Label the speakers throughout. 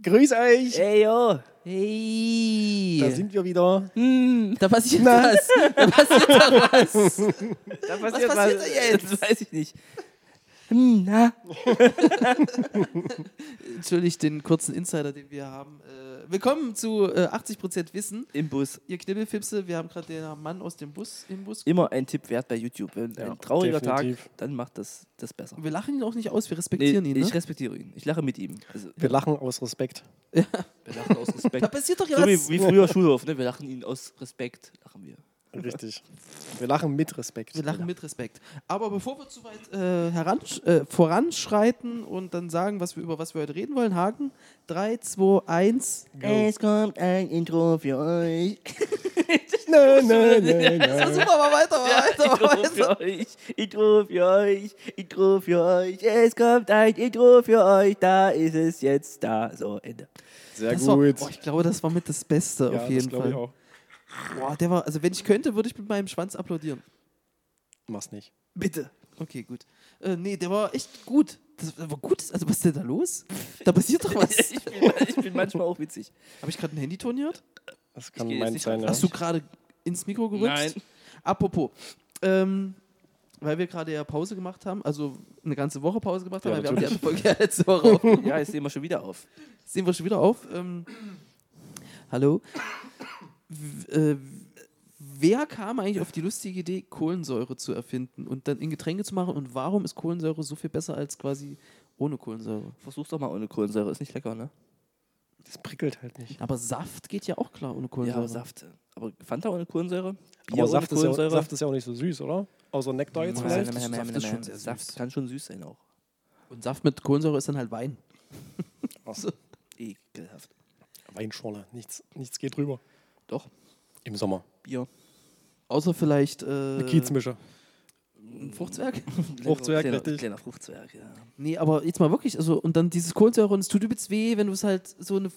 Speaker 1: Grüß euch!
Speaker 2: Ey, yo. Hey.
Speaker 1: Da sind wir wieder.
Speaker 2: Hm, da passiert was. Da passiert da was. was passiert da jetzt? Das weiß ich nicht. Hm, na. Entschuldigt den kurzen Insider, den wir haben. Äh, Willkommen zu äh, 80% Wissen.
Speaker 3: Im Bus.
Speaker 2: Ihr Knibbelfipse, wir haben gerade den Mann aus dem Bus im Bus.
Speaker 3: Immer ein Tipp wert bei YouTube. Wenn
Speaker 1: Ja,
Speaker 3: ein trauriger
Speaker 1: definitiv.
Speaker 3: Tag, dann macht das, das besser.
Speaker 2: Wir lachen ihn auch nicht aus, wir respektieren ihn. Ne?
Speaker 3: Ich respektiere ihn. Ich lache mit ihm. Also,
Speaker 1: Wir lachen aus Respekt.
Speaker 3: wir lachen aus Respekt.
Speaker 2: da passiert doch ja
Speaker 3: so
Speaker 2: was.
Speaker 3: wie, wie früher Schulhof, ne? Wir lachen ihn aus Respekt. Lachen wir.
Speaker 1: Richtig. Wir lachen mit Respekt.
Speaker 2: Wir lachen mit Respekt. Aber bevor wir zu weit äh, heransch äh, voranschreiten und dann sagen, was wir, über was wir heute reden wollen, Haken 3, 2, 1.
Speaker 3: Es kommt ein Intro für euch.
Speaker 1: Nö, nö, nö, nö.
Speaker 2: Super, mal weiter, mal weiter,
Speaker 3: Also,
Speaker 2: mal
Speaker 3: Intro
Speaker 2: weiter.
Speaker 3: für euch. Intro für euch. Intro für euch. Es kommt ein Intro für euch. Da ist es jetzt da. So, Ende.
Speaker 1: Sehr
Speaker 2: Das war,
Speaker 1: gut.
Speaker 2: oh, ich glaube, das war mit das Beste
Speaker 1: ja,
Speaker 2: auf
Speaker 1: das
Speaker 2: jeden
Speaker 1: glaube
Speaker 2: Fall.
Speaker 1: ich auch.
Speaker 2: Boah, der war, also wenn ich könnte, würde ich mit meinem Schwanz applaudieren.
Speaker 1: Mach's nicht.
Speaker 2: Bitte. Okay, gut. Äh, nee, der war echt gut. Das war gut. Also was ist denn da los? Da passiert doch was.
Speaker 3: Ich bin, ich bin manchmal auch witzig.
Speaker 2: Habe ich gerade ein Handyton gehört?
Speaker 1: Das kann
Speaker 3: geh jetzt
Speaker 1: mein
Speaker 3: nicht
Speaker 1: sein.
Speaker 3: rein.
Speaker 1: Ja.
Speaker 2: Hast du gerade ins Mikro gerückt?
Speaker 3: Nein.
Speaker 2: Apropos, ähm, weil wir gerade ja Pause gemacht haben, also eine ganze Woche Pause gemacht haben,
Speaker 1: Ja,
Speaker 2: weil wir haben die andere Folge ja letzte Woche auf.
Speaker 3: Ja, jetzt sehen wir schon wieder auf.
Speaker 2: Sehen wir schon wieder auf. Ähm, hallo. W äh, wer kam eigentlich auf die lustige Idee, Kohlensäure zu erfinden und dann in Getränke zu machen? Und warum ist Kohlensäure so viel besser als quasi ohne Kohlensäure?
Speaker 3: Versuch's doch mal ohne Kohlensäure. Ist nicht lecker, ne?
Speaker 1: Das prickelt halt nicht.
Speaker 2: Aber Saft geht ja auch klar ohne
Speaker 3: Ja,
Speaker 2: Kohlensäure.
Speaker 3: aber Saft. Aber Fanta ohne Kohlensäure? Bier
Speaker 1: Aber Saft
Speaker 3: ohne
Speaker 1: ist, ja,
Speaker 3: Kohlensäure?
Speaker 1: Saft ist ja auch nicht so süß, oder? Außer Nektar jetzt
Speaker 2: Nein,
Speaker 1: vielleicht.
Speaker 2: nein, nein, nein,
Speaker 3: Saft, ist schon
Speaker 2: nein,
Speaker 3: sehr
Speaker 2: nein,
Speaker 3: süß. Saft kann schon süß sein auch.
Speaker 2: Und Saft mit Kohlensäure ist dann halt Wein.
Speaker 3: Ekelhaft.
Speaker 1: Weinschorle. Nichts, nichts geht drüber.
Speaker 3: Doch,
Speaker 1: Im Sommer.
Speaker 3: Bier.
Speaker 2: Außer vielleicht
Speaker 1: Eine
Speaker 2: äh,
Speaker 1: Kiezmische.
Speaker 2: ein Fruchtzwerg.
Speaker 1: Fruchtzwerg,
Speaker 3: kleiner,
Speaker 1: richtig.
Speaker 3: Kleiner Fruchtzwerg, ja.
Speaker 2: Nee, aber jetzt mal wirklich, also und dann dieses Kohlensäure und es tut übelst weh, wenn du es halt so eine.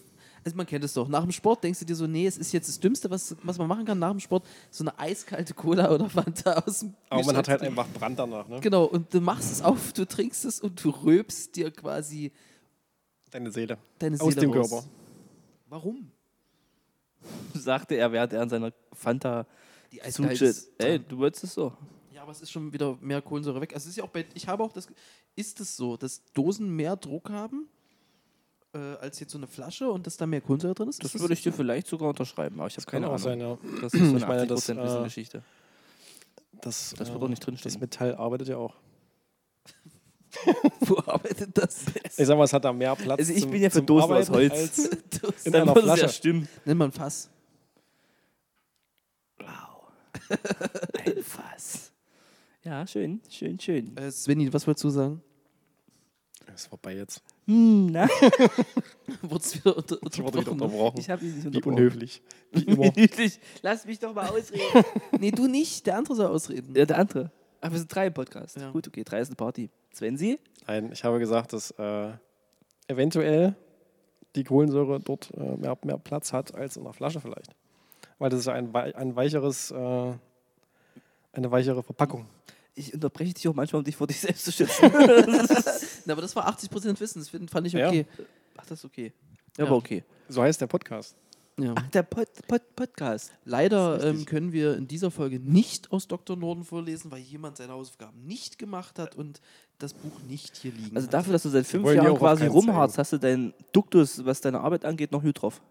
Speaker 2: Also man kennt es doch. Nach dem Sport denkst du dir so, nee, es ist jetzt das Dümmste, was, was man machen kann nach dem Sport, so eine eiskalte Cola oder Fanta aus dem.
Speaker 1: Aber man
Speaker 2: Kühlschrank
Speaker 1: hat halt
Speaker 2: zu
Speaker 1: einfach Brand danach. Ne?
Speaker 2: Genau, und du machst es auf, du trinkst es und du röbst dir quasi
Speaker 1: Deine Seele.
Speaker 2: deine Seele
Speaker 1: Aus dem
Speaker 2: raus.
Speaker 1: Körper.
Speaker 2: Warum?
Speaker 3: Sagte er, während er an seiner Fanta
Speaker 2: Die
Speaker 3: zutscht. Ey, du wolltest es so.
Speaker 2: Ja, aber es ist schon wieder mehr Kohlensäure weg. Also es ist ja auch bei, ich habe auch das, ist es so, dass Dosen mehr Druck haben äh, als jetzt so eine Flasche und dass da mehr Kohlensäure drin ist?
Speaker 3: Das
Speaker 2: Ist
Speaker 3: würde ich dir vielleicht sogar unterschreiben, aber ich habe
Speaker 1: Kann
Speaker 3: keine
Speaker 1: auch
Speaker 3: Ahnung.
Speaker 1: sein, ja.
Speaker 3: Das ist so
Speaker 1: Ich
Speaker 3: eine
Speaker 1: meine,
Speaker 3: 80
Speaker 1: das, äh,
Speaker 3: Prozent Geschichte.
Speaker 1: Das,
Speaker 3: Das wird
Speaker 1: äh,
Speaker 3: auch nicht drinstehen.
Speaker 1: Das Metall arbeitet ja auch.
Speaker 2: Wo arbeitet das?
Speaker 1: Ich sag mal, es hat da mehr Platz.
Speaker 3: Also ich
Speaker 1: zum-
Speaker 3: bin ja für
Speaker 1: zum
Speaker 3: Dosen aus
Speaker 1: Arbeiten
Speaker 3: Holz.
Speaker 1: als
Speaker 2: Das
Speaker 1: in
Speaker 3: Dann
Speaker 1: einer
Speaker 3: muss es ja
Speaker 1: Flasche.
Speaker 3: stimmen.
Speaker 2: nennt man Fass.
Speaker 3: Ein Fass. Ja, schön, schön, schön.
Speaker 2: Äh, Svenny, was wolltest du sagen?
Speaker 1: Ist vorbei jetzt.
Speaker 3: Hm, na,
Speaker 2: Wurdest wieder unter,
Speaker 1: Ich wurde wieder
Speaker 2: unterbrochen? ne?
Speaker 1: unterbrochen.
Speaker 3: ich habe dich nicht
Speaker 1: Wie
Speaker 3: unterbrochen.
Speaker 1: unhöflich. Wie immer.
Speaker 3: Niedlich. Lass mich doch mal ausreden.
Speaker 2: nee, du nicht, der andere soll ausreden.
Speaker 3: ja, der andere. Aber wir sind drei im Podcast.
Speaker 2: Ja.
Speaker 3: Gut, okay, drei ist eine Party. Svensi?
Speaker 1: Nein, ich habe gesagt, dass äh, eventuell die Kohlensäure dort äh, mehr, mehr Platz hat als in einer Flasche vielleicht. Weil das ist ja ein, wei- ein weicheres, äh, eine weichere Verpackung.
Speaker 3: Ich unterbreche dich auch manchmal, um dich vor dich selbst zu schützen.
Speaker 2: Na, aber das war 80% Wissen, das find- fand ich
Speaker 1: Ja.
Speaker 2: okay.
Speaker 3: Ach, das ist okay.
Speaker 2: Ja.
Speaker 3: Ja, aber okay.
Speaker 1: So heißt der Podcast.
Speaker 2: Ja.
Speaker 3: Ach, der Pod, Pod, Podcast.
Speaker 2: Leider
Speaker 1: ist richtig.
Speaker 2: ähm, können wir in dieser Folge nicht aus Dr. Norden vorlesen, weil jemand seine Hausaufgaben nicht gemacht hat und das Buch nicht hier liegen
Speaker 3: Also
Speaker 2: hat.
Speaker 3: dafür, dass du seit fünf
Speaker 1: wollen dir
Speaker 3: Jahren
Speaker 1: auch
Speaker 3: quasi
Speaker 1: keinen
Speaker 3: rumharzt, hast du deinen Duktus, was deine Arbeit angeht, noch gut drauf.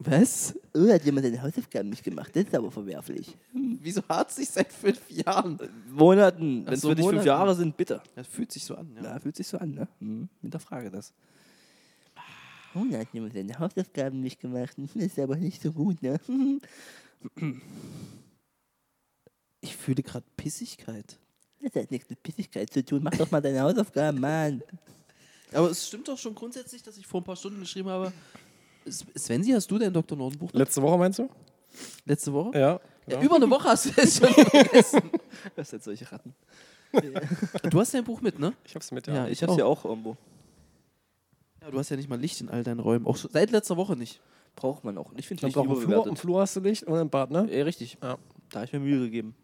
Speaker 2: Was?
Speaker 3: Oh, hat jemand seine Hausaufgaben nicht gemacht? Das ist aber verwerflich.
Speaker 2: Wieso hat sich seit fünf Jahren?
Speaker 3: Monaten, wenn es
Speaker 2: so,
Speaker 3: für dich fünf
Speaker 2: Monaten.
Speaker 3: Jahre sind, bitte.
Speaker 2: Das fühlt sich so an, ja.
Speaker 3: Na, fühlt sich so an, ne? Mhm. Hinterfrage das. Oh, da hat jemand seine Hausaufgaben nicht gemacht. Ist aber nicht so gut, ne?
Speaker 2: Ich fühle gerade Pissigkeit.
Speaker 3: Das hat nichts mit Pissigkeit zu tun. Mach doch mal deine Hausaufgaben, Mann.
Speaker 2: Aber es stimmt doch schon grundsätzlich, dass ich vor ein paar Stunden geschrieben habe. S- Svensi, hast du dein Dr. Norden Buch
Speaker 1: Letzte Woche meinst du?
Speaker 2: letzte Woche?
Speaker 1: Ja.
Speaker 2: Ja,
Speaker 1: genau.
Speaker 2: Über eine Woche hast du es schon vergessen.
Speaker 3: Was sind solche Ratten?
Speaker 2: Du hast dein Buch mit, ne?
Speaker 1: Ich hab's mit,
Speaker 2: Ja,
Speaker 1: ja.
Speaker 2: ich
Speaker 3: Ah, Ich hab's
Speaker 2: auch.
Speaker 3: ja auch irgendwo.
Speaker 2: Ja, du hast ja nicht mal Licht in all deinen Räumen. Auch schon seit letzter Woche nicht.
Speaker 3: Braucht man auch. Ich finde
Speaker 1: Ich
Speaker 3: Licht
Speaker 1: glaube, im Flur, im
Speaker 3: überbewertet.
Speaker 1: Flur hast du Licht und im Bad, ne?
Speaker 3: Ey, richtig.
Speaker 1: Ja.
Speaker 3: Da habe ich mir Mühe gegeben.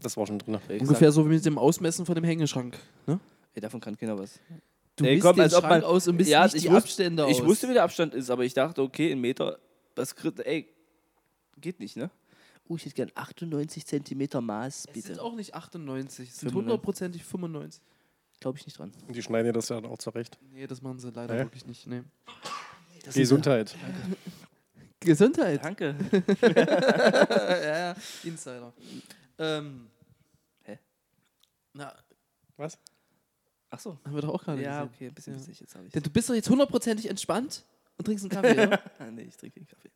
Speaker 1: Das war schon drin.
Speaker 3: Ey,
Speaker 2: Ungefähr so wie mit dem Ausmessen von dem Hängeschrank. Ne?
Speaker 3: Ey, davon kann keiner was.
Speaker 2: Du
Speaker 3: Nee,
Speaker 2: misst
Speaker 3: komm,
Speaker 2: den
Speaker 3: als ob
Speaker 2: Schrank
Speaker 3: man-
Speaker 2: aus und misst
Speaker 3: Ja,
Speaker 2: nicht
Speaker 3: ich
Speaker 2: die
Speaker 3: wus-
Speaker 2: Abstände aus.
Speaker 3: Ich wusste, wie der Abstand ist, aber ich dachte, okay, in Meter, was kriegt, ey, geht nicht, ne? Oh, ich hätte gern 98 Zentimeter Maß,
Speaker 2: es sind auch nicht 98, es sind
Speaker 3: 95.
Speaker 2: hundertprozentig 95.
Speaker 3: Glaube ich nicht dran.
Speaker 1: Und die schneiden dir das ja dann auch zurecht.
Speaker 2: Nee, das machen sie leider
Speaker 1: Hä?
Speaker 2: wirklich nicht. Nee.
Speaker 1: Gesundheit.
Speaker 2: Gesundheit.
Speaker 3: Danke.
Speaker 2: ja, ja, Insider. Ähm,
Speaker 3: Hä?
Speaker 2: Na,
Speaker 1: Was?
Speaker 3: Achso.
Speaker 2: haben wir doch auch gerade
Speaker 3: Ja,
Speaker 2: gesehen.
Speaker 3: okay, ein bisschen
Speaker 2: Ja.
Speaker 3: witzig, jetzt habe ich
Speaker 2: Denn du bist doch jetzt hundertprozentig entspannt und trinkst einen Kaffee, oder?
Speaker 3: Ah, Nee, ich trinke den Kaffee.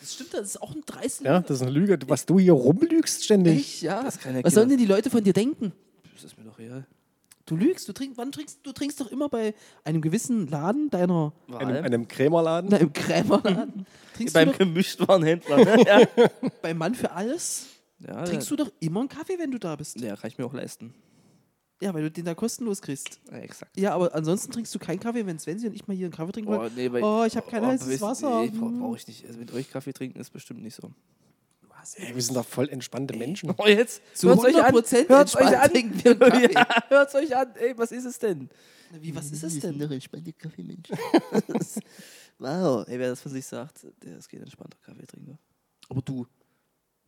Speaker 2: Das stimmt, das ist auch ein dreisten.
Speaker 1: Ja, das ist eine Lüge, was du hier rumlügst ständig.
Speaker 2: Echt, ja.
Speaker 3: Das kann ja
Speaker 2: Was
Speaker 3: keiner-
Speaker 2: sollen denn die Leute von dir denken?
Speaker 3: Das ist mir doch real.
Speaker 2: Du lügst, du trinkst, wann trinkst du trinkst doch immer bei einem gewissen Laden deiner,
Speaker 1: Einem, einem Krämerladen.
Speaker 2: na, im Krämerladen. trinkst
Speaker 3: Beim
Speaker 2: du doch
Speaker 3: Gemischtwarenhändler, ne? ja.
Speaker 2: beim Mann für alles
Speaker 3: ja,
Speaker 2: trinkst du doch immer einen Kaffee, wenn du da bist.
Speaker 3: Ja, kann ich mir auch leisten.
Speaker 2: Ja, weil du den da kostenlos kriegst.
Speaker 3: Ja, exakt.
Speaker 2: Ja, aber ansonsten trinkst du keinen Kaffee, wenn Svenzi und ich mal hier einen Kaffee trinken
Speaker 3: Oh,
Speaker 2: wollen.
Speaker 3: nee, weil,
Speaker 2: Oh, ich hab kein heißes
Speaker 3: wisst-
Speaker 2: Wasser.
Speaker 3: Nee, bra brauche ich nicht. Also mit euch Kaffee trinken ist bestimmt nicht so.
Speaker 2: Was?
Speaker 1: Ey, wir sind doch voll entspannte Menschen.
Speaker 3: Oh, jetzt?
Speaker 2: Zu
Speaker 3: hört's euch an.
Speaker 2: 100%
Speaker 3: Hört's euch
Speaker 2: entspannt
Speaker 3: an.
Speaker 2: trinken wir einen Kaffee.
Speaker 3: Ja, hört's euch an. Ey, was ist es denn?
Speaker 2: Wie, was ist es denn?
Speaker 3: doch entspannter Kaffee, Mensch. wow. Ey, wer das von sich sagt, der ist kein entspannter Kaffeetrinker.
Speaker 2: Aber du.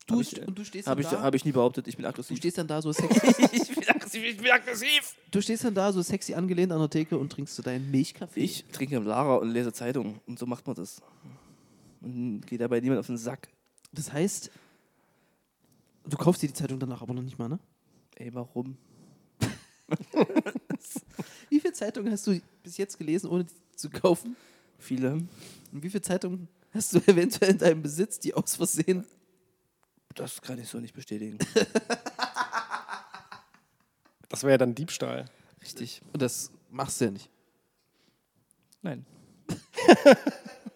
Speaker 2: Du,
Speaker 3: Hab ich-
Speaker 2: st- und du stehst
Speaker 3: Habe
Speaker 2: dann
Speaker 3: ich,
Speaker 2: da.
Speaker 3: hab ich nie behauptet, ich bin
Speaker 2: du
Speaker 3: aggressiv.
Speaker 2: stehst dann da so sexy.
Speaker 3: ich bin aggressiv, ich bin aggressiv.
Speaker 2: du stehst dann da so sexy angelehnt an der Theke und trinkst du deinen Milchkaffee.
Speaker 3: Ich trinke im Lara und lese Zeitung. Und so macht man das. Und geht dabei niemand auf den Sack.
Speaker 2: Das heißt, du kaufst dir die Zeitung danach aber noch nicht mal, ne?
Speaker 3: Ey, warum?
Speaker 2: Wie viele Zeitungen hast du bis jetzt gelesen, ohne die zu kaufen?
Speaker 3: Viele.
Speaker 2: Und wie viele Zeitungen hast du eventuell in deinem Besitz, die aus Versehen.
Speaker 3: Das kann ich so nicht bestätigen.
Speaker 1: Das wäre ja dann Diebstahl.
Speaker 3: Richtig.
Speaker 2: Und das machst du ja nicht.
Speaker 3: Nein.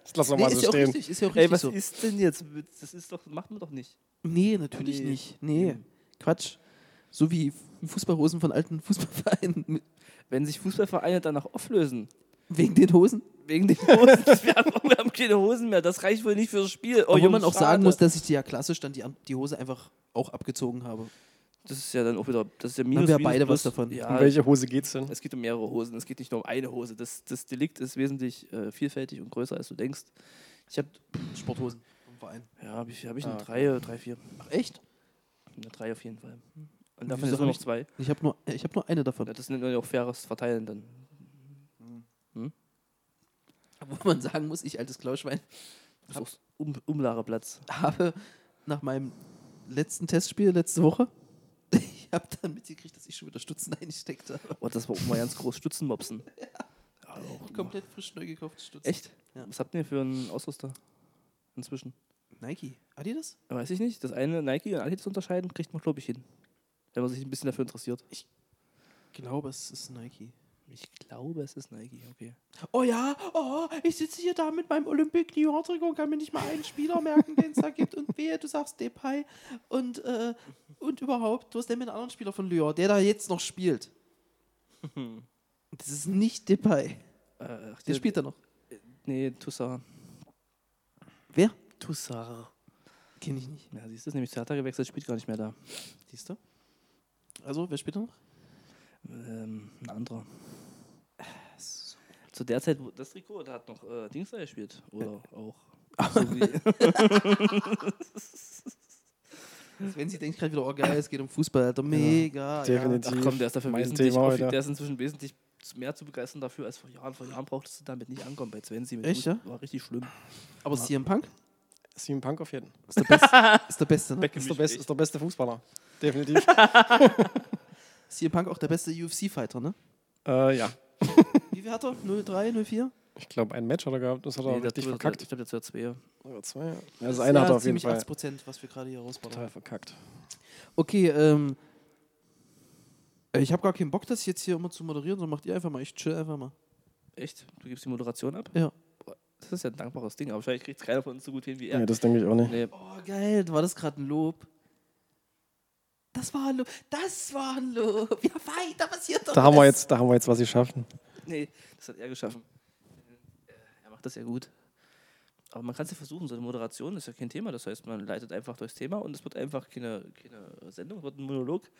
Speaker 1: Das lassen wir mal
Speaker 2: ist
Speaker 1: so
Speaker 2: ja auch
Speaker 1: stehen.
Speaker 2: richtig, ist ja auch
Speaker 3: Ey,
Speaker 2: richtig
Speaker 3: was
Speaker 2: so.
Speaker 3: ist denn jetzt? mit- Das ist doch, macht man doch nicht.
Speaker 2: Nee, natürlich
Speaker 3: Nee.
Speaker 2: nicht. Nee. Quatsch. So wie Fußballhosen von alten Fußballvereinen mit,
Speaker 3: Wenn sich Fußballvereine danach auflösen,
Speaker 2: wegen den Hosen.
Speaker 3: wegen den Hosen, das- wir, haben, wir haben keine Hosen mehr, das reicht wohl nicht fürs Spiel. Oh,
Speaker 2: Obwohl
Speaker 3: Jungs,
Speaker 2: man auch
Speaker 3: schade.
Speaker 2: sagen muss, dass ich dir ja klassisch dann die, die Hose einfach auch abgezogen habe.
Speaker 3: das ist ja dann auch wieder, das ist ja minus,
Speaker 2: wir
Speaker 3: minus,
Speaker 2: beide was
Speaker 3: plus.
Speaker 2: davon.
Speaker 1: Um
Speaker 3: Ja,
Speaker 1: welche Hose geht's denn?
Speaker 3: es geht um mehrere Hosen, es geht nicht nur um eine Hose. Das, das Delikt ist wesentlich äh, vielfältig und größer, als du denkst. Ich habe,
Speaker 2: Sporthosen vom Verein.
Speaker 3: ja, habe ich, hab ich
Speaker 1: Ah,
Speaker 3: eine
Speaker 1: okay.
Speaker 3: drei, äh, drei, vier,
Speaker 2: Ach echt?
Speaker 3: eine drei auf jeden Fall. Und
Speaker 2: Wieso
Speaker 3: davon sind
Speaker 2: hab
Speaker 3: nur noch
Speaker 2: ich-
Speaker 3: zwei.
Speaker 2: Ich habe nur, ich hab nur eine davon.
Speaker 3: Ja, Das nennt man ja auch faires Verteilen dann.
Speaker 2: Wo man sagen muss, ich altes Klauschwein
Speaker 3: Das ist auch um, Umlageplatz.
Speaker 2: habe nach meinem letzten Testspiel letzte Woche, ich habe dann mitgekriegt, dass ich schon wieder Stutzen eingesteckt habe.
Speaker 3: Oh, das war auch mal ganz groß, Stützenmopsen. Ja, auch immer.
Speaker 2: Komplett frisch neu gekauft Stutzen.
Speaker 3: Echt?
Speaker 2: Ja.
Speaker 3: Was habt ihr für einen Ausrüster inzwischen?
Speaker 2: Nike. Adidas?
Speaker 3: Weiß ich nicht. Das eine Nike und Adidas unterscheiden, kriegt man, glaube ich, hin. Wenn man sich ein bisschen dafür interessiert.
Speaker 2: Ich glaube, es ist Nike.
Speaker 3: Ich glaube, es ist Nike, okay.
Speaker 2: Oh ja, oh, ich sitze hier da mit meinem Olympique Lyon-Trikot und kann mir nicht mal einen Spieler merken, den es da gibt. Und wehe, du sagst Depay und, äh, und überhaupt, du hast denn mit einem anderen Spieler von Lyon, der da jetzt noch spielt. Das ist nicht Depay.
Speaker 3: Äh, ach,
Speaker 2: Der spielt da noch.
Speaker 3: Nee, Tussar.
Speaker 2: Wer?
Speaker 3: Tussar.
Speaker 2: Kenne ich nicht.
Speaker 3: Ja, siehst du, ist nämlich zu Hertha gewechselt, spielt gar nicht mehr da.
Speaker 2: Siehst du? Also, wer spielt da noch?
Speaker 3: Ähm, ein anderer. Zu der Zeit, wo das Trikot, da hat noch äh, Dings da gespielt. Oder auch. So wie,
Speaker 2: Wenn sie denkt gerade wieder, oh geil, es geht um Fußball, Alter, mega.
Speaker 1: definitiv.
Speaker 3: ach komm, der ist dafür
Speaker 1: Mein
Speaker 3: wesentlich.
Speaker 1: Thema
Speaker 3: profi-
Speaker 1: heute.
Speaker 3: der ist inzwischen wesentlich mehr zu begeistern dafür als vor Jahren. Vor Jahren brauchtest du damit nicht ankommen bei Swansea. Mit
Speaker 2: Echt,
Speaker 3: Fuß-
Speaker 2: ja?
Speaker 3: War richtig schlimm.
Speaker 2: Ja. Aber CM Punk
Speaker 1: CM Punk auf jeden.
Speaker 2: ist der, Best, ist der Beste, ne?
Speaker 1: Ist der, best, ist der beste Fußballer. Definitiv.
Speaker 2: CM Punk auch der beste UFC-Fighter, ne?
Speaker 1: äh, ja.
Speaker 2: Wie viel hat er? 03, 04?
Speaker 1: Ich glaube, ein Match hat er gehabt, das hat er
Speaker 3: Nee,
Speaker 1: auch
Speaker 3: der
Speaker 1: richtig
Speaker 3: dritte-
Speaker 1: verkackt.
Speaker 3: Ich glaube, der hat zwei.
Speaker 1: Oder zwei. Ja, das eine hat er auf jeden
Speaker 2: ziemlich
Speaker 1: Fall
Speaker 2: 80%, was wir gerade hier rausbauen.
Speaker 1: total verkackt.
Speaker 2: Okay, ähm. äh, Ich habe gar keinen Bock, das jetzt hier immer zu moderieren, sondern macht ihr einfach mal. Ich chill einfach mal.
Speaker 3: Echt? Du gibst die Moderation ab?
Speaker 2: Ja.
Speaker 3: Boah, Das ist ja ein dankbares Ding, aber wahrscheinlich kriegt es keiner von uns so gut hin wie
Speaker 1: Ja.
Speaker 3: er.
Speaker 1: das denke ich auch nicht.
Speaker 3: Nee.
Speaker 2: Oh, geil. War das gerade ein Lob? Das war ein Lob. Das war ein Lob. Ja, weiter, passiert doch.
Speaker 1: Da haben, wir
Speaker 2: das.
Speaker 1: jetzt, da haben wir jetzt was geschaffen.
Speaker 3: nee, das hat er geschaffen. Äh, Er macht das ja gut. Aber man kann es ja versuchen, so eine Moderation ist ja kein Thema. Das heißt, man leitet einfach durchs Thema und es wird einfach keine, keine Sendung, wird ein Monolog.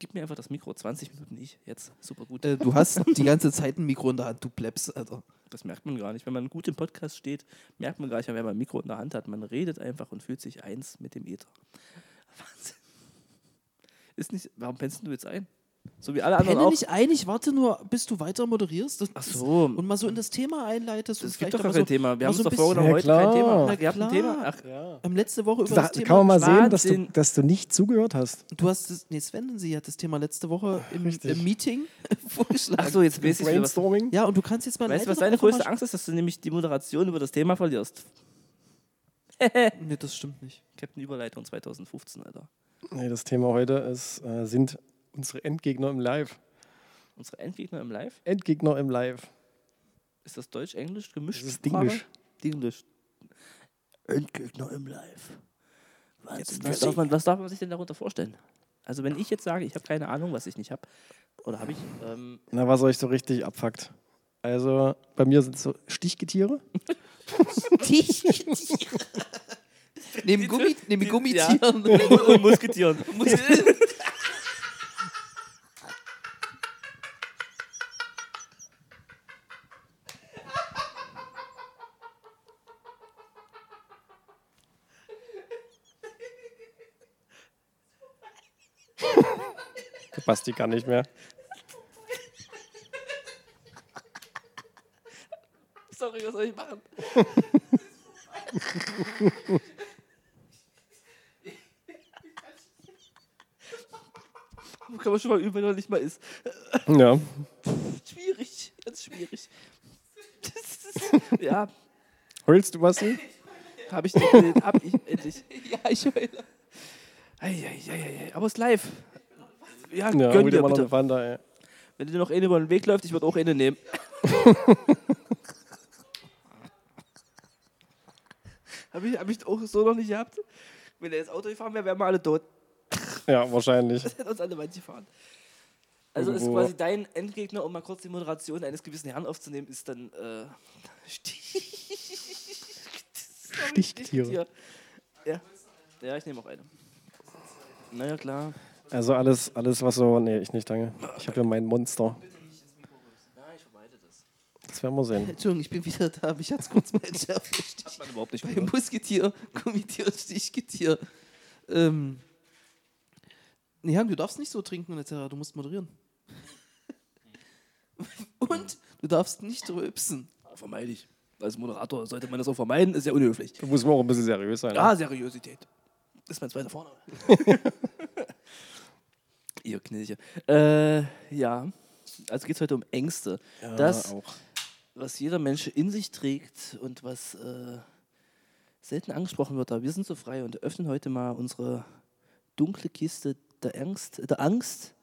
Speaker 3: Gib mir einfach das Mikro, 20 Minuten ich. Jetzt, super gut.
Speaker 2: Äh, du hast die ganze Zeit ein Mikro in der Hand, du Plebs, Alter.
Speaker 3: Das merkt man gar nicht. Wenn man gut im Podcast steht, merkt man gar nicht, wenn man ein Mikro in der Hand hat. Man redet einfach und fühlt sich eins mit dem Äther. Wahnsinn. Ist nicht, warum pennst du jetzt ein? So wie alle anderen
Speaker 2: Penne
Speaker 3: auch.
Speaker 2: nicht ein, ich warte nur, bis du weiter moderierst. Das-
Speaker 3: Ach so.
Speaker 2: Und mal Also so in das Thema einleitest. und
Speaker 3: Es gibt
Speaker 2: vielleicht
Speaker 3: doch
Speaker 2: auch
Speaker 3: gar
Speaker 2: mal
Speaker 3: kein
Speaker 2: so-
Speaker 3: Thema. Wir
Speaker 2: mal
Speaker 3: haben
Speaker 2: so
Speaker 3: uns doch
Speaker 2: ein
Speaker 3: vorgehauen,
Speaker 1: Ja,
Speaker 3: heute kein
Speaker 1: klar.
Speaker 3: Thema. Na, ihr habt ein
Speaker 2: klar.
Speaker 3: Thema. Ach,
Speaker 1: Ja.
Speaker 2: Ähm, letzte Woche über
Speaker 1: Da
Speaker 2: das Thema.
Speaker 1: kann man mal sehen, dass du,
Speaker 3: Wahnsinn.
Speaker 1: dass du nicht zugehört hast.
Speaker 2: Du hast das, nee, Sven, sie hat das Thema letzte Woche im,
Speaker 1: Ah, Richtig.
Speaker 2: im Meeting vorgeschlagen.
Speaker 3: ach so, jetzt weiß ich wieder was.
Speaker 1: Brainstorming.
Speaker 2: Ja, und du kannst jetzt mal.
Speaker 3: Weißt
Speaker 2: leite
Speaker 3: du, was
Speaker 2: doch
Speaker 3: deine
Speaker 2: einfach mal
Speaker 3: größte
Speaker 2: sch-
Speaker 3: Angst ist? Dass du nämlich die Moderation über das Thema verlierst.
Speaker 2: Nee, das stimmt nicht.
Speaker 3: Captain Überleitung 2015, Alter.
Speaker 1: Nee, das Thema heute ist, äh, sind unsere Endgegner im Live.
Speaker 3: Unsere Endgegner im Live?
Speaker 1: Endgegner im Live.
Speaker 3: Ist das Deutsch-Englisch gemischt?
Speaker 1: Das ist
Speaker 3: Sprache?
Speaker 1: Dinglisch.
Speaker 3: Dinglisch. Endgegner im Live. Wahnsinn, was,
Speaker 2: Musik.
Speaker 3: darf man, was darf man sich denn darunter vorstellen? Also, wenn ich jetzt sage, ich habe keine Ahnung, was ich nicht habe, oder habe ich, ähm,
Speaker 1: Na, was euch so richtig abfuckt. Also, bei mir sind so Stichgetiere.
Speaker 2: Neben, Gummi, neben
Speaker 3: ja.
Speaker 2: Gummitieren.
Speaker 3: und Musketieren.
Speaker 1: Der Basti kann nicht mehr.
Speaker 3: Sorry, was soll ich machen? Kann man schon mal üben, wenn man nicht mal ist.
Speaker 1: Ja.
Speaker 3: Schwierig, ganz schwierig. Das ist, ja,
Speaker 1: Heulst du, Basti?
Speaker 3: habe ich nicht gesehen. Hab ich endlich.
Speaker 2: ja, ich heule.
Speaker 3: Eieieiei, aber es ist live.
Speaker 1: Ja,
Speaker 3: Ja, gönn
Speaker 1: hol
Speaker 3: dir
Speaker 1: mal noch
Speaker 3: bitte.
Speaker 1: eine Fanta, ey.
Speaker 3: Wenn dir noch eine über den Weg läuft, ich würde auch eine nehmen. Habe ich, hab ich auch so noch nicht gehabt. Wenn er ins Auto gefahren wäre, wären wir alle tot.
Speaker 1: Ja, wahrscheinlich.
Speaker 3: Das hätten uns alle weit gefahren. Also ist
Speaker 1: Irgendwo-
Speaker 3: quasi dein Endgegner, um mal kurz die Moderation eines gewissen Herrn aufzunehmen, ist dann äh, Stich-
Speaker 1: Stichtiere.
Speaker 3: Ja. ja, ich nehme auch eine. Naja, klar.
Speaker 1: Also alles, alles, was so. Nee, ich nicht, danke. Ich habe ja mein Monster.
Speaker 3: Ja, ich vermeide das.
Speaker 1: Das werden wir sehen.
Speaker 2: Entschuldigung, ich bin wieder da. Mich hat's kurz mal entschärft.
Speaker 3: Hat man überhaupt nicht
Speaker 2: Bei Musketier, Gummitier, Stichgetier. Ähm. Nee, Herm, du darfst nicht so trinken, etc. Du musst moderieren. Und du darfst nicht rülpsen.
Speaker 3: Vermeide ich. Als Moderator sollte man das auch vermeiden, ist ja unhöflich.
Speaker 1: Da muss man auch ein bisschen seriös sein. ne?
Speaker 3: Ja, Seriosität. Das ist mein zweiter Vorname. Ihr Knilche. Äh, ja, also geht es heute um Ängste.
Speaker 1: Ja,
Speaker 3: das,
Speaker 1: auch.
Speaker 3: was jeder Mensch in sich trägt und was äh, selten angesprochen wird, aber wir sind so frei und öffnen heute mal unsere dunkle Kiste der Angst. Der Angst.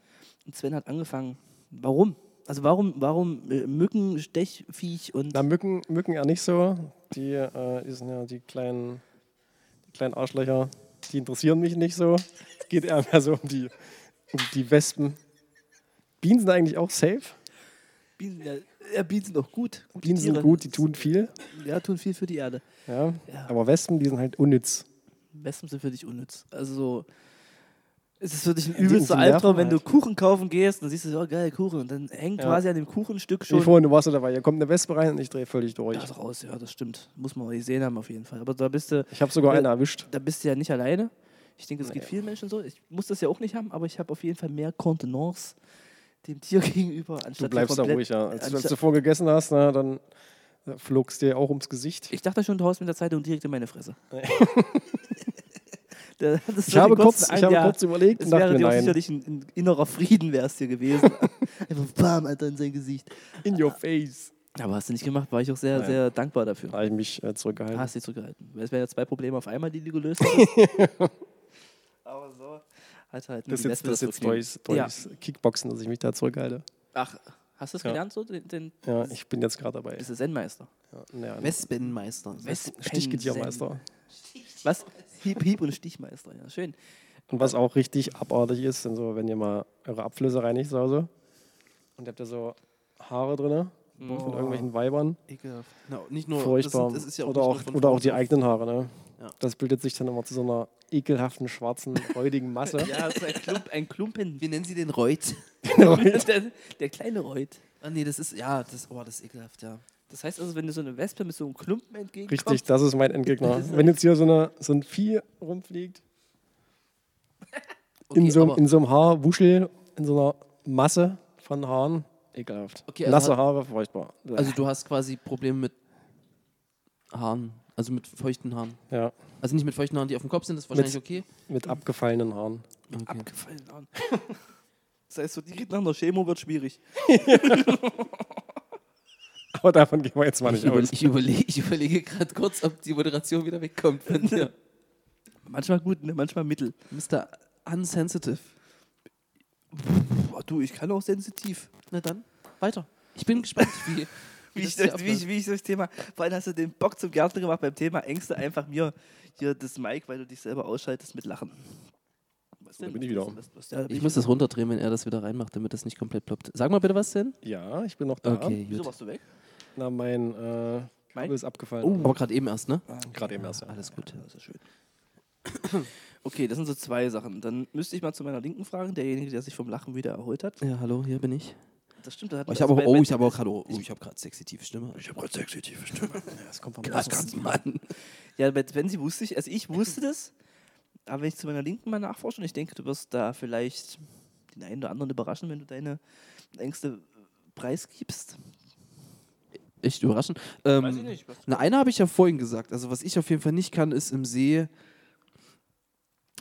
Speaker 3: Und Sven hat angefangen. Warum? Also warum, warum äh, Mücken, Stechviech und...
Speaker 1: Na, Mücken, Mücken eher nicht so. Die, äh, die sind ja die kleinen, die kleinen Arschlöcher, die interessieren mich nicht so. Es geht eher mehr so um die, um die Wespen. Bienen sind eigentlich auch safe.
Speaker 3: Bienen, ja, ja, Bienen sind auch gut. Gute
Speaker 1: Bienen sind
Speaker 3: Tiere.
Speaker 1: gut, die tun viel.
Speaker 3: Ja, tun viel für die Erde.
Speaker 1: Ja.
Speaker 3: Ja.
Speaker 1: Aber Wespen, die sind halt unnütz.
Speaker 3: Wespen sind für dich unnütz. Also so, es ist für dich ein
Speaker 1: die-
Speaker 3: übelster
Speaker 1: die nerven
Speaker 3: Albtraum, wenn du
Speaker 1: halt.
Speaker 3: Kuchen kaufen gehst, dann siehst du, oh geil, Kuchen. Und dann hängt
Speaker 1: Ja.
Speaker 3: quasi an dem Kuchenstück
Speaker 1: Wie
Speaker 3: schon. Also,
Speaker 1: vorhin, du warst ja dabei. Hier kommt eine Wespe rein und ich drehe völlig durch.
Speaker 3: Ja, raus, ja, das stimmt. Muss man mal gesehen haben auf jeden Fall. Aber da bist du,
Speaker 1: Ich habe sogar
Speaker 3: Ja.
Speaker 1: eine erwischt.
Speaker 3: da bist du ja nicht alleine. Ich denke, es geht vielen Menschen so. Ich muss das ja auch nicht haben, aber ich habe auf jeden Fall mehr Kontenance dem Tier gegenüber, anstatt
Speaker 1: Du
Speaker 3: hier
Speaker 1: bleibst da
Speaker 3: komplett- also
Speaker 1: ruhig, ja. Als du als
Speaker 3: anstatt-
Speaker 1: du vorher gegessen hast, na, dann äh, flogst dir auch ums Gesicht.
Speaker 3: Ich dachte schon, du haust mit der Zeitung direkt in meine Fresse. Da hattest du
Speaker 1: Ich
Speaker 3: den
Speaker 1: habe
Speaker 3: kurzen
Speaker 1: kurz,
Speaker 3: Ang-
Speaker 1: ich habe
Speaker 3: ja.
Speaker 1: kurz überlegt
Speaker 3: Es
Speaker 1: und dachte
Speaker 3: wäre
Speaker 1: mir,
Speaker 3: dir auch
Speaker 1: nein,
Speaker 3: sicherlich ein, ein innerer Frieden wär's dir gewesen. Einfach bam, Alter, in sein Gesicht.
Speaker 1: in your face.
Speaker 3: Aber hast du nicht gemacht, war ich auch sehr,
Speaker 1: Nein.
Speaker 3: sehr dankbar dafür.
Speaker 1: Da habe ich mich äh, zurückgehalten.
Speaker 3: Hast dich zurückgehalten. Es wären ja zwei Probleme auf einmal, die du gelöst hast. Aber so. Hat halt nur
Speaker 1: Das ist jetzt,
Speaker 3: die Wespe
Speaker 1: das jetzt
Speaker 3: Vergnügen.
Speaker 1: durchs, durchs Kickboxen, dass ich mich da zurückhalte.
Speaker 3: Ach, hast du es
Speaker 1: Ja.
Speaker 3: gelernt so? Den, den,
Speaker 1: Ja, ich bin jetzt gerade dabei.
Speaker 3: bist du Zen-Meister?
Speaker 1: Ja, naja,
Speaker 2: Wespenmeister.
Speaker 1: Stichgetiermeister.
Speaker 3: Was? Hieb, Hieb und Stichmeister, ja, schön.
Speaker 1: Und was auch richtig abartig ist, sind so, wenn ihr mal eure Abflüsse reinigt zu Hause und ihr habt da so Haare drin von
Speaker 2: Boah.
Speaker 1: irgendwelchen Weibern.
Speaker 2: Ekelhaft. Na, nicht nur,
Speaker 1: Furchtbar.
Speaker 2: Das, sind, das ist ja auch
Speaker 1: oder,
Speaker 2: nicht
Speaker 1: auch,
Speaker 2: nur von
Speaker 1: oder auch die
Speaker 2: Frauen.
Speaker 1: eigenen Haare. Ne?
Speaker 2: Ja.
Speaker 1: Das bildet sich dann immer zu so einer ekelhaften, schwarzen, räudigen Masse.
Speaker 3: Ja, Ah, so ein, Klump, ein Klumpen.
Speaker 2: Wir nennen sie den Reut. genau.
Speaker 3: der, der kleine Reut.
Speaker 2: Ah, nee, das ist, ja, das, oh, das ist ekelhaft, ja.
Speaker 3: Das heißt also, wenn du so eine Wespe mit so einem Klumpen entgegenkommst.
Speaker 1: Richtig, das ist mein Endgegner. Wenn jetzt hier so, eine, so ein Vieh rumfliegt, in,
Speaker 2: Okay,
Speaker 1: so, einem-
Speaker 2: aber-
Speaker 1: in so einem Haarwuschel, in so einer Masse von Haaren, ekelhaft.
Speaker 2: Okay, also
Speaker 1: Nasse
Speaker 2: hat-
Speaker 1: Haare, furchtbar.
Speaker 2: also du hast quasi Probleme mit Haaren, also mit feuchten Haaren.
Speaker 1: ja,
Speaker 2: Also nicht mit feuchten Haaren, die auf dem Kopf sind, das ist wahrscheinlich okay.
Speaker 1: mit abgefallenen Haaren.
Speaker 2: okay.
Speaker 3: Abgefallen an. Das heißt, so direkt nach einer Chemo wird schwierig.
Speaker 1: Aber davon gehen wir jetzt mal
Speaker 2: Ich,
Speaker 1: nicht
Speaker 2: über,
Speaker 1: aus.
Speaker 2: ich, überlege, ich überlege gerade kurz, ob die Moderation wieder wegkommt von dir.
Speaker 3: Manchmal gut, ne? manchmal mittel.
Speaker 2: Mr. Unsensitive.
Speaker 3: Boah, du, ich kann auch sensitiv.
Speaker 2: Na dann, weiter. Ich bin gespannt, wie,
Speaker 3: Wie
Speaker 2: das hier
Speaker 3: ich, das, wie, ich,
Speaker 2: abläuft.
Speaker 3: wie ich das Thema. Vor allem hast du den Bock zum Gärtner gemacht beim Thema Ängste. Einfach mir hier das Mic, weil du dich selber ausschaltest mit Lachen. Was
Speaker 1: Da bin ich wieder.
Speaker 3: Was- was- ja, da bin
Speaker 2: Ich muss das runterdrehen, wenn er das wieder reinmacht, damit das nicht komplett ploppt. Sag mal bitte was denn?
Speaker 1: Ja, ich bin noch da.
Speaker 3: Wieso warst du weg?
Speaker 1: Na, mein äh,
Speaker 3: Mein?
Speaker 1: Kabel ist abgefallen.
Speaker 2: Oh, aber gerade eben erst, ne?
Speaker 1: Gerade eben erst. ja.
Speaker 2: Alles gut.
Speaker 3: Ja, das ist schön. Okay, das sind so zwei Sachen. Dann müsste ich mal zu meiner Linken fragen, derjenige, der sich vom Lachen wieder erholt hat.
Speaker 2: Ja, hallo, hier bin ich.
Speaker 3: Das stimmt, da hat
Speaker 2: Oh, ich
Speaker 3: also
Speaker 2: habe
Speaker 3: bei-
Speaker 2: oh,
Speaker 3: bei-
Speaker 2: ich habe auch gerade oh, ich habe gerade sexy tiefe Stimme.
Speaker 3: Ich habe gerade sexy tiefe Stimme.
Speaker 1: Das kommt vom
Speaker 2: Krass, Mann.
Speaker 3: ja, bei Benzi wusste ich, also ich wusste das, aber wenn ich zu meiner Linken mal nachforsche und ich denke, du wirst da vielleicht den einen oder anderen überraschen, wenn du deine Ängste preisgibst.
Speaker 2: Echt überraschend. Ähm,
Speaker 3: was
Speaker 2: Na, eine habe ich ja vorhin gesagt. Also, was ich auf jeden Fall nicht kann, ist im See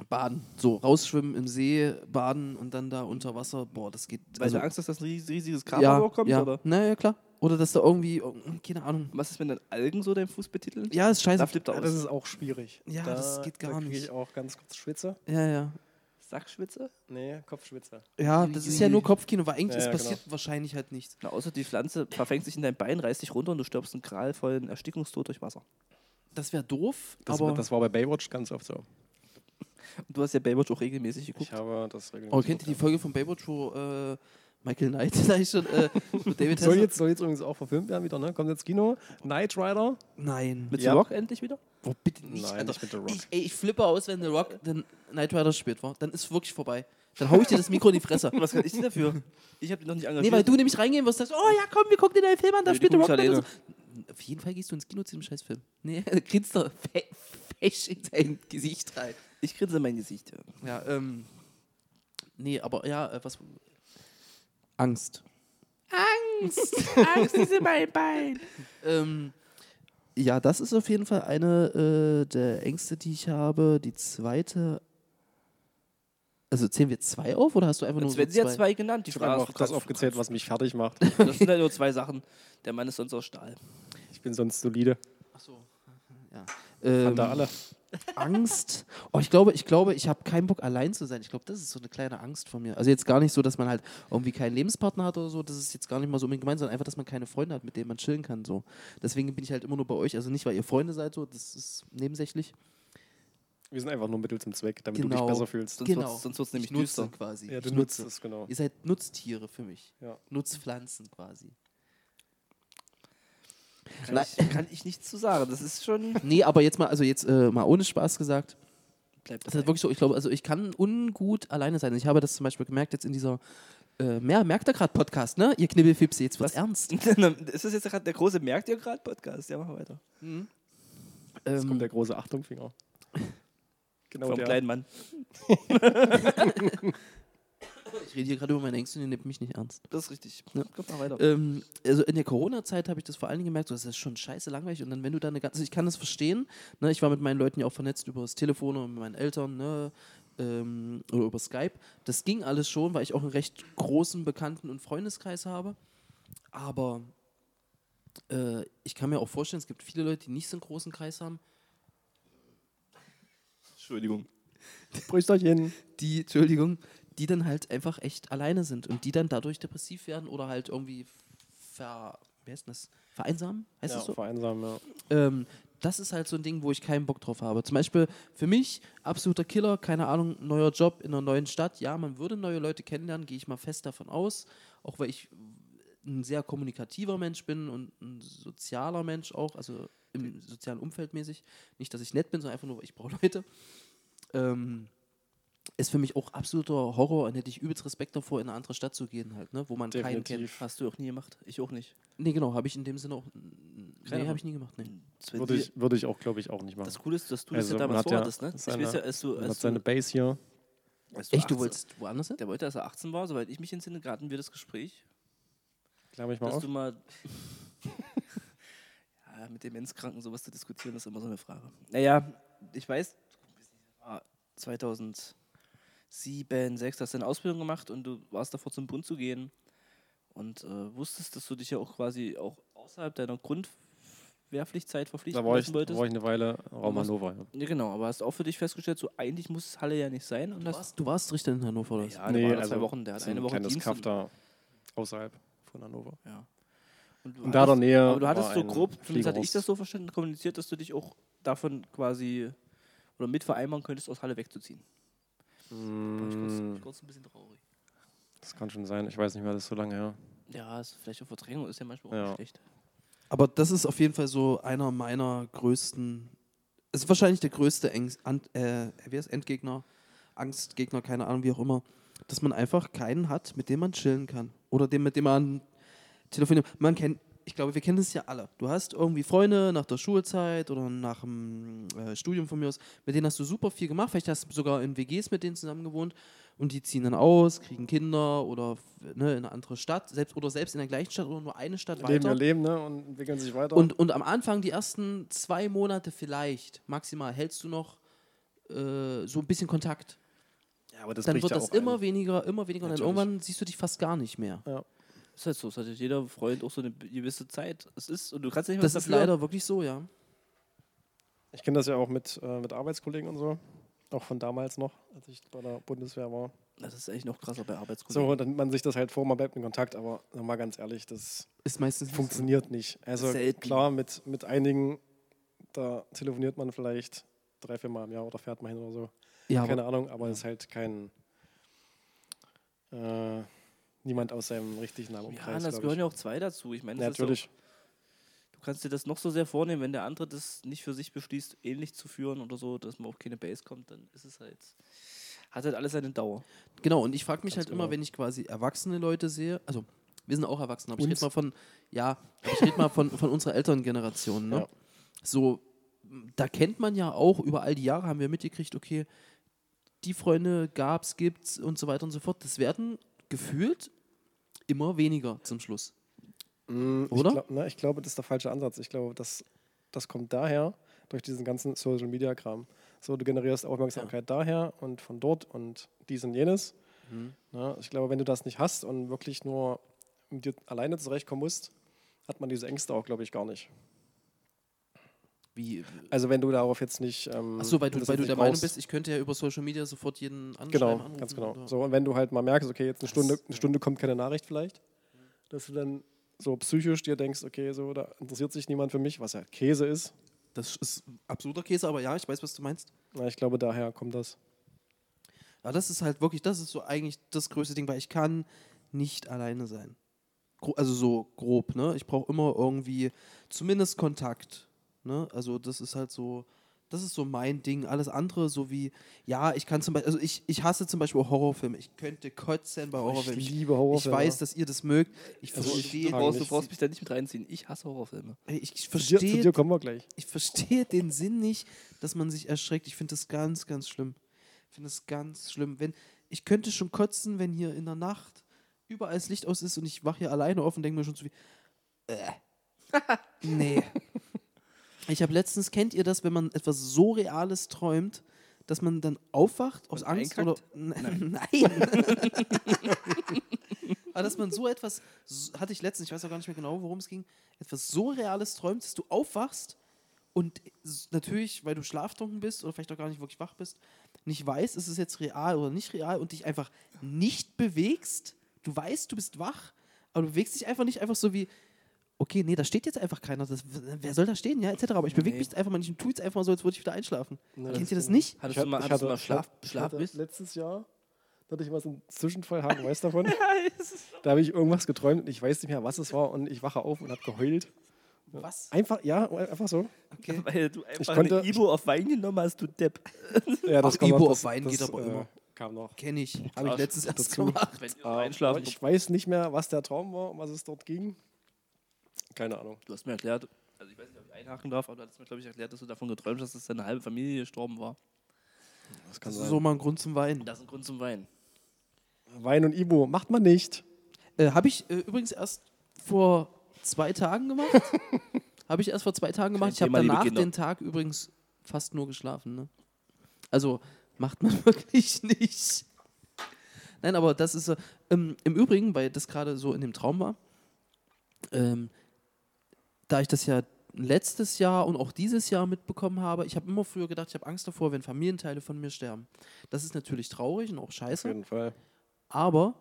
Speaker 2: baden. So, rausschwimmen, im See baden und dann da unter Wasser. Boah, das geht. Also,
Speaker 3: Weil du Angst hast, dass ein ries- riesiges
Speaker 2: ja,
Speaker 3: Krabbelrohr kommt,
Speaker 2: ja.
Speaker 3: oder?
Speaker 2: Naja, klar. Oder dass da irgendwie, oh, keine Ahnung.
Speaker 3: Was ist, wenn dann Algen so deinen Fuß betiteln?
Speaker 2: Ja, ist scheiße.
Speaker 3: Da flippt er
Speaker 1: Ja, das
Speaker 3: aus.
Speaker 1: ist auch schwierig.
Speaker 2: Ja,
Speaker 1: da,
Speaker 2: das geht gar
Speaker 1: da krieg
Speaker 2: nicht.
Speaker 1: ich auch ganz kurz Schwitze.
Speaker 2: Ja, ja.
Speaker 3: Sackschwitze?
Speaker 1: Nee, Kopfschwitze.
Speaker 2: Ja, das ist ja nur Kopfkino, weil eigentlich
Speaker 1: Ja,
Speaker 2: ist
Speaker 1: ja,
Speaker 2: passiert
Speaker 3: genau.
Speaker 2: wahrscheinlich halt nichts.
Speaker 3: Na, außer die Pflanze verfängt sich in dein Bein, reißt dich runter und du stirbst einen kralvollen Erstickungstod durch Wasser.
Speaker 2: Das wäre doof,
Speaker 1: Das,
Speaker 2: aber.
Speaker 1: das war bei Baywatch ganz oft so.
Speaker 3: Und du hast ja Baywatch auch regelmäßig geguckt.
Speaker 1: Ich habe das regelmäßig.
Speaker 2: oh, kennt ihr die Folge von Baywatch, wo äh, Michael Knight, sag ich schon, äh, mit David
Speaker 1: soll,
Speaker 2: Hasselhoff-
Speaker 1: jetzt, soll jetzt übrigens auch verfilmt werden wieder, ne? Kommt jetzt Kino. Knight Rider.
Speaker 2: Nein.
Speaker 3: Mit
Speaker 1: Ja.
Speaker 3: The Rock endlich wieder?
Speaker 2: Boah, bitte nicht,
Speaker 1: Nein,
Speaker 2: Alter.
Speaker 1: nicht mit The Rock.
Speaker 2: Ich, ey, ich flippe aus, wenn The Rock den Night Rider spielt, war. Dann ist wirklich vorbei. Dann hau ich dir das Mikro in die Fresse.
Speaker 3: Was kann ich denn dafür? Ich habe den noch nicht engagiert.
Speaker 2: Nee, weil du nämlich reingehen wirst und sagst, oh ja, komm, wir gucken den neuen Film an, da
Speaker 3: Nee, die
Speaker 2: spielt The Rock
Speaker 3: gucken
Speaker 2: mit.
Speaker 3: ich
Speaker 2: und So. Auf jeden Fall gehst du ins Kino zu dem scheiß Film. Nee, grinst da fe- fesch in dein Gesicht rein.
Speaker 3: Ich grinse in mein Gesicht. Ja.
Speaker 2: Ja, ähm. Nee, aber ja, äh, was. Angst. Angst! Angst ist in mein Bein! Ähm, ja, das ist auf jeden Fall eine äh, der Ängste, die ich habe. Die zweite. Also zählen wir zwei auf oder hast du einfach nur
Speaker 3: Jetzt
Speaker 2: so
Speaker 3: werden sie ja zwei genannt. Die
Speaker 1: Ich habe
Speaker 3: Straße.
Speaker 1: einfach das aufgezählt, was mich fertig macht.
Speaker 3: Das sind ja nur zwei Sachen. Der Mann ist sonst aus Stahl.
Speaker 1: Ich bin sonst solide.
Speaker 2: Ach so. Ja.
Speaker 1: Fand da
Speaker 2: Ähm,
Speaker 1: alle.
Speaker 2: Angst. Oh, ich glaube, ich glaube, ich habe keinen Bock allein zu sein. Ich glaube, das ist so eine kleine Angst von mir. Also jetzt gar nicht so, dass man halt irgendwie keinen Lebenspartner hat oder so. Das ist jetzt gar nicht mal so unbedingt gemeint, sondern einfach, dass man keine Freunde hat, mit denen man chillen kann. So. Deswegen bin ich halt immer nur bei euch. Also nicht, weil ihr Freunde seid, so. Das ist nebensächlich.
Speaker 1: Wir sind einfach nur Mittel zum Zweck, damit du
Speaker 2: Genau.
Speaker 1: dich besser fühlst.
Speaker 3: Sonst
Speaker 2: Genau.
Speaker 3: wird's- sonst wird's nämlich
Speaker 2: ich nutze
Speaker 3: düster.
Speaker 2: quasi.
Speaker 1: Ja, du
Speaker 2: ich
Speaker 1: nutzt
Speaker 2: nutze.
Speaker 1: es, genau.
Speaker 2: Ihr seid Nutztiere für mich.
Speaker 1: Ja.
Speaker 2: Nutzpflanzen quasi.
Speaker 3: Kann
Speaker 2: Nein.
Speaker 3: ich, kann ich nichts zu sagen. Das ist schon.
Speaker 2: Nee, aber jetzt mal, also jetzt äh, mal ohne Spaß gesagt.
Speaker 3: Bleibt
Speaker 2: Das ist halt wirklich so, ich glaube, also ich kann ungut alleine sein. Ich habe das zum Beispiel gemerkt jetzt in dieser, äh, mehr, merkt ihr gerade Podcast, ne? Ihr Knibbelfipse, jetzt wird's ernst.
Speaker 3: ist das jetzt gerade der große Merkt ihr gerade Podcast? Ja, machen wir weiter.
Speaker 1: Jetzt kommt
Speaker 2: Ähm,
Speaker 1: der große Achtungfinger. Genau
Speaker 3: Vom
Speaker 1: der.
Speaker 3: kleinen Mann.
Speaker 2: ich rede hier gerade über meine Ängste und ihr nehmt mich nicht ernst.
Speaker 3: Das ist richtig.
Speaker 2: Ja.
Speaker 3: Kommt mal weiter.
Speaker 2: Ähm, also in der Corona-Zeit habe ich das vor allen Dingen gemerkt, so, das ist schon scheiße langweilig. Und dann, wenn du da eine ganze, also ich kann das verstehen, ne? ich war mit meinen Leuten ja auch vernetzt über das Telefon und mit meinen Eltern, ne? Ähm, oder über Skype. Das ging alles schon, weil ich auch einen recht großen Bekannten- und Freundeskreis habe. Aber äh, ich kann mir auch vorstellen, es gibt viele Leute, die nicht so einen großen Kreis haben,
Speaker 3: Entschuldigung.
Speaker 1: Brüst euch hin.
Speaker 2: die, Entschuldigung, die dann halt einfach echt alleine sind und die dann dadurch depressiv werden oder halt irgendwie ver, wie heißt denn das? vereinsamen, heißt
Speaker 1: ja,
Speaker 2: das so?
Speaker 1: vereinsam, ja.
Speaker 2: Ähm, das ist halt so ein Ding, wo ich keinen Bock drauf habe. Zum Beispiel für mich absoluter Killer, keine Ahnung, neuer Job in einer neuen Stadt. Ja, man würde neue Leute kennenlernen, gehe ich mal fest davon aus. Auch weil ich ein sehr kommunikativer Mensch bin und ein sozialer Mensch auch, also im sozialen Umfeld mäßig. Nicht, dass ich nett bin, sondern einfach nur, ich brauche Leute. Ähm, ist für mich auch absoluter Horror und hätte ich übelst Respekt davor, in eine andere Stadt zu gehen, halt, ne? wo man keinen kennt.
Speaker 1: Definitiv.
Speaker 3: Hast du auch nie gemacht? Ich auch nicht.
Speaker 2: Nee, genau, habe ich in dem Sinne auch.
Speaker 1: Keine
Speaker 2: Nee, habe ich nie gemacht. Nee.
Speaker 3: Sven,
Speaker 1: Würde
Speaker 3: die-
Speaker 1: ich, würde ich auch, glaube ich, auch nicht machen.
Speaker 3: Das Coole ist, dass du
Speaker 1: Also,
Speaker 3: das ja
Speaker 1: man
Speaker 3: damals
Speaker 1: hat ja
Speaker 3: vorhattest, ne?
Speaker 1: seine-
Speaker 3: ich weiß ja, als du,
Speaker 1: Man hat
Speaker 3: als
Speaker 1: seine
Speaker 3: du,
Speaker 1: Base hier.
Speaker 3: als du
Speaker 2: Echt, du
Speaker 3: 18
Speaker 2: wolltest woanders hin?
Speaker 3: Der wollte, als er 18 war, soweit ich mich entsinne, gerade wir das Gespräch,
Speaker 1: Klammer ich mal
Speaker 3: dass
Speaker 1: auf.
Speaker 3: du mal. ja, mit Demenzkranken sowas zu diskutieren, ist immer so eine Frage. Naja, ich weiß, war 2007, 2006 hast du eine Ausbildung gemacht und du warst davor zum Bund zu gehen und äh, wusstest, dass du dich ja auch quasi auch außerhalb deiner Grundwehrpflichtzeit
Speaker 1: Da
Speaker 3: verpflichten
Speaker 1: war ich,
Speaker 3: lassen
Speaker 1: da
Speaker 3: wolltest.
Speaker 1: war ich eine Weile Raum
Speaker 3: machst-
Speaker 1: Hannover. Ja.
Speaker 3: Ja, genau, aber hast auch für dich festgestellt, so eigentlich muss Halle ja nicht sein. Und
Speaker 2: Du
Speaker 3: hast
Speaker 2: warst, du warst Richter in Hannover, oder? was?
Speaker 3: Ja, der war alle zwei Wochen, der hat
Speaker 1: so also
Speaker 3: eine
Speaker 1: ein
Speaker 3: Woche
Speaker 1: kleines
Speaker 3: Dienst.
Speaker 1: Kaff da außerhalb von Hannover.
Speaker 3: Ja. Und, du
Speaker 1: In da der Nähe
Speaker 3: aber du hattest
Speaker 1: war
Speaker 3: so
Speaker 1: ein
Speaker 3: grob, zumindest hatte ich
Speaker 1: Fliegerhorst.
Speaker 3: das so verstanden, kommuniziert, dass du dich auch davon quasi oder mit vereinbaren könntest, aus Halle wegzuziehen. War ich kurz,
Speaker 1: Mm,
Speaker 3: ich kurz ein bisschen traurig.
Speaker 1: Das kann schon sein. Ich weiß nicht mehr, das ist so lange her.
Speaker 3: Ja, ist vielleicht eine Verdrängung ist ja manchmal auch
Speaker 1: Ja.
Speaker 3: nicht schlecht.
Speaker 2: Aber das ist auf jeden Fall so einer meiner größten. Es ist wahrscheinlich der größte Engs An äh, wie heißt Endgegner, Angstgegner, keine Ahnung, wie auch immer. Dass man einfach keinen hat, mit dem man chillen kann. Oder dem, mit dem man telefoniert. Man kennt, ich glaube, wir kennen es ja alle. Du hast irgendwie Freunde nach der Schulzeit oder nach dem äh, Studium von mir aus, mit denen hast du super viel gemacht. Vielleicht hast du sogar in WGs mit denen zusammen gewohnt und die ziehen dann aus, kriegen Kinder oder ne, in eine andere Stadt, selbst oder selbst in der gleichen Stadt oder nur eine Stadt
Speaker 1: Leben
Speaker 2: weiter.
Speaker 1: ihr Leben ne? und entwickeln sich weiter.
Speaker 2: Und, und am Anfang, die ersten zwei Monate vielleicht, maximal, hältst du noch äh, so ein bisschen Kontakt.
Speaker 1: ja, aber das
Speaker 2: Dann
Speaker 1: bricht
Speaker 2: wird
Speaker 1: ja
Speaker 2: das
Speaker 1: auch
Speaker 2: immer
Speaker 1: ein.
Speaker 2: weniger, immer weniger und dann
Speaker 1: Natürlich.
Speaker 2: irgendwann siehst du dich fast gar nicht mehr.
Speaker 3: Ist halt so, es hat jetzt jeder Freund auch so eine gewisse Zeit. Es ist, und du kannst nicht mehr
Speaker 2: Das ist leider wirklich so, ja.
Speaker 1: Ich kenne das ja auch mit, äh, mit Arbeitskollegen und so. Auch von damals noch, als ich bei der Bundeswehr war.
Speaker 3: Das ist eigentlich noch krasser bei Arbeitskollegen.
Speaker 1: So, dann man sich das halt vor, man bleibt in Kontakt, aber nochmal ganz ehrlich, das
Speaker 2: Ist meistens nicht so.
Speaker 1: funktioniert nicht. Also
Speaker 3: Selten.
Speaker 1: klar, mit, mit einigen, da telefoniert man vielleicht drei, vier Mal im Jahr oder fährt mal hin oder so.
Speaker 2: Ja, aber
Speaker 1: Keine Ahnung, aber es ist halt kein äh, niemand aus seinem richtigen Namen
Speaker 3: Ja, das
Speaker 1: glaub
Speaker 3: gehören ja auch zwei dazu. Ich meine,
Speaker 1: Ja,
Speaker 3: das ist so-
Speaker 1: natürlich.
Speaker 3: du kannst dir das noch so sehr vornehmen, wenn der andere das nicht für sich beschließt, ähnlich zu führen oder so, dass man auf keine Base kommt, dann ist es halt. Hat halt alles seine Dauer.
Speaker 2: genau, und ich frage mich
Speaker 1: Ganz
Speaker 2: halt immer,
Speaker 1: genau.
Speaker 2: wenn ich quasi erwachsene Leute sehe, also wir sind auch erwachsen, aber ich
Speaker 1: Uns?
Speaker 2: rede mal von, ja, aber ich rede mal von, von unserer Elterngeneration, ne?
Speaker 1: Ja.
Speaker 2: so, da kennt man ja auch, über all die Jahre haben wir mitgekriegt, okay, die Freunde gab's, gibt's und so weiter und so fort. Das werden gefühlt immer weniger zum Schluss.
Speaker 1: Mm,
Speaker 2: Oder?
Speaker 1: Ich, glaub, ne, ich glaube, das ist der falsche Ansatz. Ich glaube, das, das kommt daher, durch diesen ganzen Social Media Kram. So, du generierst Aufmerksamkeit daher und von dort und dies und jenes.
Speaker 2: Mhm.
Speaker 1: Ne, ich glaube, wenn du das nicht hast und wirklich nur mit dir alleine zurechtkommen musst, hat man diese Ängste auch, glaube ich, gar nicht.
Speaker 2: Wie,
Speaker 1: Also wenn du darauf jetzt nicht. Ähm,
Speaker 2: achso, weil
Speaker 1: wenn
Speaker 2: du,
Speaker 1: das
Speaker 2: weil
Speaker 1: jetzt
Speaker 2: du
Speaker 1: nicht
Speaker 2: der Meinung
Speaker 1: brauchst.
Speaker 2: bist, ich könnte ja über Social Media sofort jeden anschreiben,
Speaker 1: Genau,
Speaker 2: anrufen
Speaker 1: ganz genau.
Speaker 2: oder-
Speaker 1: So, und wenn du halt mal merkst, okay, jetzt eine Stunde,
Speaker 2: Das- äh,
Speaker 1: eine Stunde kommt keine Nachricht vielleicht, dass du dann so psychisch dir denkst, okay, so, da interessiert sich niemand für mich, was ja Käse ist.
Speaker 2: Das ist absoluter Käse, aber ja, ich weiß, was du meinst.
Speaker 1: Na, ich glaube, daher kommt das.
Speaker 2: Ja, das ist halt wirklich, das ist so eigentlich das größte Ding, weil ich kann nicht alleine sein. Gro also so grob, ne? Ich brauche immer irgendwie zumindest Kontakt, ne? Also das ist halt so, das ist so mein Ding. Alles andere, so wie, ja, ich kann zum Beispiel, also ich, ich hasse zum Beispiel Horrorfilme. Ich könnte kotzen bei Horrorfilmen. Ich,
Speaker 1: Oh, liebe Horrorfilme.
Speaker 2: weiß, dass ihr das mögt. Ich
Speaker 1: Also ich
Speaker 2: verstehe,
Speaker 1: mag
Speaker 3: brauchst, du
Speaker 1: nicht.
Speaker 3: brauchst mich da nicht mit reinziehen. Ich hasse Horrorfilme.
Speaker 2: Ey, ich, ich
Speaker 1: zu dir, zu
Speaker 2: verstehe
Speaker 1: dir kommen wir gleich.
Speaker 2: ich verstehe den Sinn nicht, dass man sich erschreckt. Ich finde das ganz, ganz schlimm. Ich finde das ganz schlimm. Wenn, ich könnte schon kotzen, wenn hier in der Nacht überall das Licht aus ist und ich wache hier alleine auf und denke mir schon so wie. Äh. nee. Ich habe letztens, kennt ihr das, wenn man etwas so Reales träumt, dass man dann aufwacht aus
Speaker 3: Und
Speaker 2: Angst
Speaker 3: einkackt?
Speaker 2: oder. Nein. Nein. Aber dass man so etwas, so- hatte ich letztens, ich weiß auch gar nicht mehr genau, worum es ging, etwas so Reales träumt, dass du aufwachst und s- natürlich, weil du schlaftrunken bist oder vielleicht auch gar nicht wirklich wach bist, nicht weißt, ist es jetzt real oder nicht real und dich einfach nicht bewegst. Du weißt, du bist wach, aber du bewegst dich einfach nicht einfach so wie, okay, nee, da steht jetzt einfach keiner. Das, wer soll da stehen, ja, etc. Aber ich bewege
Speaker 3: Nee.
Speaker 2: mich jetzt einfach mal nicht und tue jetzt einfach mal so, als würde ich wieder einschlafen.
Speaker 1: Nee,
Speaker 2: Kennt
Speaker 1: das
Speaker 2: ihr das
Speaker 1: stimmt.
Speaker 2: nicht?
Speaker 3: Hattest
Speaker 1: Ich
Speaker 3: du mal,
Speaker 1: hab- ich
Speaker 3: hattest du
Speaker 1: hatte-
Speaker 3: mal Schlaf,
Speaker 1: ich hatte
Speaker 3: Schlafbiss?
Speaker 1: Letztes Jahr, hatte ich mal so einen Zwischenfall, Hagen weiß davon. da habe ich irgendwas geträumt und ich weiß nicht mehr, was es war. Und ich wache auf und habe geheult.
Speaker 2: Was?
Speaker 1: Einfach, ja, einfach so.
Speaker 2: Okay.
Speaker 3: Weil du einfach
Speaker 1: konnte-
Speaker 3: eine Ibo auf Wein genommen hast, du Depp.
Speaker 1: Ja,
Speaker 2: Ach,
Speaker 1: kommt noch,
Speaker 2: Ibo auf Wein geht aber
Speaker 1: äh,
Speaker 2: immer.
Speaker 1: Kam noch.
Speaker 2: Kenn ich. Habe ich
Speaker 3: Krass.
Speaker 2: letztens erst
Speaker 1: Dazu.
Speaker 2: gemacht.
Speaker 3: Wenn ihr
Speaker 1: Ähm, Aber
Speaker 3: einschlafen.
Speaker 1: Ich weiß nicht mehr, was der Traum war, um was es dort ging. Keine Ahnung.
Speaker 3: Du hast mir erklärt, also ich weiß nicht, ob ich einhaken darf, aber du hast mir, glaube ich, erklärt, dass du davon geträumt hast, dass deine halbe Familie gestorben war.
Speaker 1: Das kann
Speaker 2: Das
Speaker 1: sein.
Speaker 2: ist so mal ein Grund zum Weinen.
Speaker 3: Das ist ein Grund zum Weinen.
Speaker 1: Wein und Ibo macht man nicht.
Speaker 2: Äh, habe ich äh, übrigens erst vor zwei Tagen gemacht. habe ich erst vor zwei Tagen gemacht.
Speaker 3: Kein
Speaker 2: Ich habe
Speaker 3: Thema, liebe
Speaker 2: danach
Speaker 3: Kinder.
Speaker 2: den Tag übrigens fast nur geschlafen. Ne? Also macht man wirklich nicht. Nein, aber das ist so. Ähm, Im Übrigen, weil das gerade so in dem Traum war, ähm, da ich das ja letztes Jahr und auch dieses Jahr mitbekommen habe, ich habe immer früher gedacht, ich habe Angst davor, wenn Familienteile von mir sterben. Das ist natürlich traurig und auch
Speaker 1: Auf
Speaker 2: scheiße.
Speaker 1: jeden Fall.
Speaker 2: Aber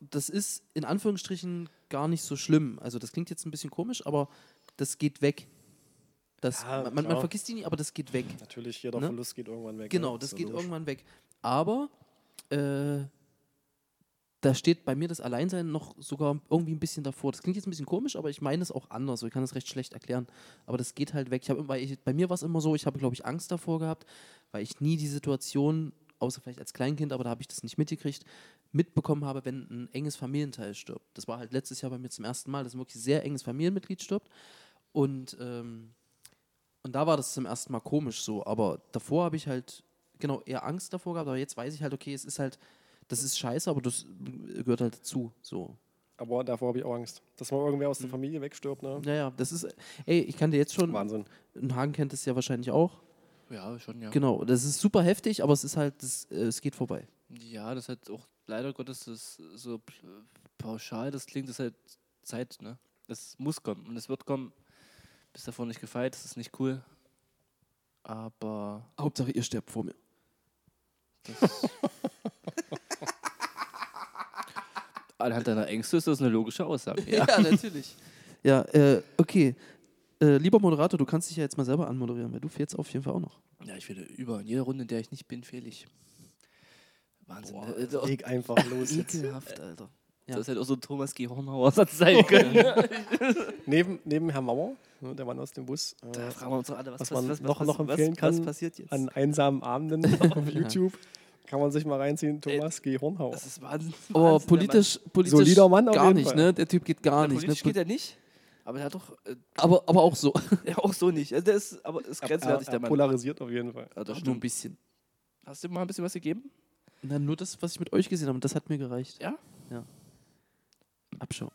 Speaker 2: das ist in Anführungsstrichen gar nicht so schlimm. Also das klingt jetzt ein bisschen komisch, aber das geht weg. Das,
Speaker 1: Ja,
Speaker 2: man, man, man
Speaker 1: klar.
Speaker 2: vergisst ihn nie, aber das geht weg.
Speaker 1: Natürlich, jeder
Speaker 2: Ne?
Speaker 1: Verlust geht irgendwann weg.
Speaker 2: Genau,
Speaker 1: ne?
Speaker 2: das
Speaker 1: Ist ja
Speaker 2: geht
Speaker 1: logisch.
Speaker 2: irgendwann weg. Aber äh, da steht bei mir das Alleinsein noch sogar irgendwie ein bisschen davor. Das klingt jetzt ein bisschen komisch, aber ich meine es auch anders. so. Ich kann es recht schlecht erklären. Aber das geht halt weg. Ich hab, weil ich, bei mir war es immer so, ich habe, glaube ich, Angst davor gehabt, weil ich nie die Situation, außer vielleicht als Kleinkind, aber da habe ich das nicht mitgekriegt, mitbekommen habe, wenn ein enges Familienteil stirbt. Das war halt letztes Jahr bei mir zum ersten Mal, dass ein wirklich sehr enges Familienmitglied stirbt. Und, ähm, und da war das zum ersten Mal komisch so. Aber davor habe ich halt genau eher Angst davor gehabt. Aber jetzt weiß ich halt, okay, es ist halt, das ist scheiße, aber das gehört halt dazu. So.
Speaker 1: Aber davor habe ich auch Angst. Dass mal irgendwer aus
Speaker 3: Mhm.
Speaker 1: der Familie wegstirbt, ne?
Speaker 2: Naja, das ist, ey, ich kann dir jetzt schon,
Speaker 1: Wahnsinn.
Speaker 2: ein Hagen kennt es ja wahrscheinlich auch.
Speaker 3: Ja, schon, ja.
Speaker 2: Genau, das ist super heftig, aber es ist halt, das, äh, es geht vorbei.
Speaker 3: Ja, das hat auch leider Gottes das so p- pauschal, das klingt, das ist halt Zeit, ne? Es muss kommen und es wird kommen. Bist davor nicht gefeit, das ist nicht cool. Aber
Speaker 2: Hauptsache, ihr sterbt vor mir.
Speaker 3: das Anhand deiner Ängste ist das eine logische Aussage.
Speaker 2: Ja, natürlich. Ja, äh, okay. Äh, lieber Moderator, du kannst dich ja jetzt mal selber anmoderieren, weil du fehlst auf jeden Fall auch noch.
Speaker 3: Ja, ich werde über. In jeder Runde, in der ich nicht bin, fehle ich. Wahnsinn.
Speaker 1: Boah,
Speaker 3: ne? Äh, doch,
Speaker 1: leg einfach los jetzt.
Speaker 3: ekelhaft, Alter.
Speaker 2: Ja.
Speaker 3: Das hätte auch so ein Thomas G. Hornhauer-Satz sein können.
Speaker 1: Neben, neben Herrn Mauer, ne, der Mann aus dem Bus,
Speaker 3: Da
Speaker 1: äh,
Speaker 3: fragen wir uns doch alle, was,
Speaker 1: Was
Speaker 3: was,
Speaker 1: man
Speaker 3: was, was,
Speaker 1: noch-
Speaker 3: was,
Speaker 1: noch empfehlen
Speaker 3: was, was
Speaker 1: kann
Speaker 3: passiert jetzt?
Speaker 1: an einsamen Abenden auf YouTube, kann man sich mal reinziehen, Thomas G. Hornhauer.
Speaker 3: das ist Wahnsinn.
Speaker 2: Aber
Speaker 3: Wahnsinn,
Speaker 2: politisch, politisch
Speaker 1: Solider Mann auf
Speaker 2: gar
Speaker 1: jeden
Speaker 2: nicht,
Speaker 1: Fall.
Speaker 2: ne? Der Typ geht gar
Speaker 3: Der Mann.
Speaker 2: nicht. Ne?
Speaker 3: Politisch geht er nicht, aber er hat doch äh,
Speaker 2: aber, aber auch so.
Speaker 3: ja, auch so nicht. Also der ist, aber ist
Speaker 1: er,
Speaker 3: grenzwertig,
Speaker 1: er
Speaker 3: der Mann.
Speaker 1: polarisiert auf jeden Fall.
Speaker 3: Ja, das
Speaker 2: Nur ein
Speaker 3: stimmt.
Speaker 2: bisschen.
Speaker 3: Hast du ihm mal ein bisschen was gegeben?
Speaker 2: Na, nur das, was ich mit euch gesehen habe, das hat mir gereicht.
Speaker 3: Ja?
Speaker 2: Abschau.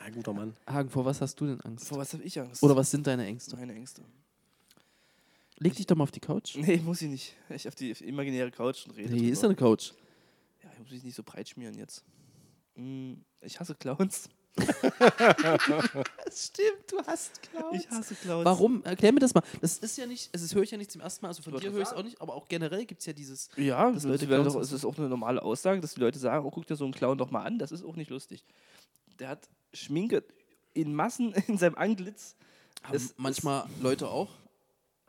Speaker 1: Ja, guter Mann.
Speaker 2: Hagen, vor was hast du denn Angst?
Speaker 3: Vor was habe ich Angst?
Speaker 2: Oder was sind deine Ängste?
Speaker 3: Meine Ängste.
Speaker 2: Leg dich doch mal auf die Couch.
Speaker 3: Nee, muss ich nicht. Ich auf die imaginäre Couch und rede.
Speaker 2: Nee, hier ist ja
Speaker 3: drüber.
Speaker 2: eine Couch.
Speaker 3: ja, ich muss mich nicht so breit schmieren jetzt. Mm, Ich hasse Clowns.
Speaker 2: Stimmt, du hast Clowns.
Speaker 3: Ich hasse Clowns.
Speaker 2: Warum? Erklär mir das mal. Das ist ja nicht, es ist- höre ich ja nicht zum ersten Mal, also von
Speaker 3: Wollte
Speaker 2: dir
Speaker 3: ich
Speaker 2: höre ich es auch nicht, aber auch generell gibt es ja dieses. ähm,
Speaker 3: Ja,
Speaker 2: dass
Speaker 3: das Leute
Speaker 2: Leute
Speaker 3: werden
Speaker 2: Clowns
Speaker 3: doch, es
Speaker 2: hassen.
Speaker 3: ist auch eine normale Aussage, dass die Leute sagen, oh, guck dir so einen Clown doch mal an, das ist auch nicht lustig. Der hat Schminke in Massen in seinem Antlitz.
Speaker 2: Haben
Speaker 3: Es-
Speaker 2: manchmal Leute auch.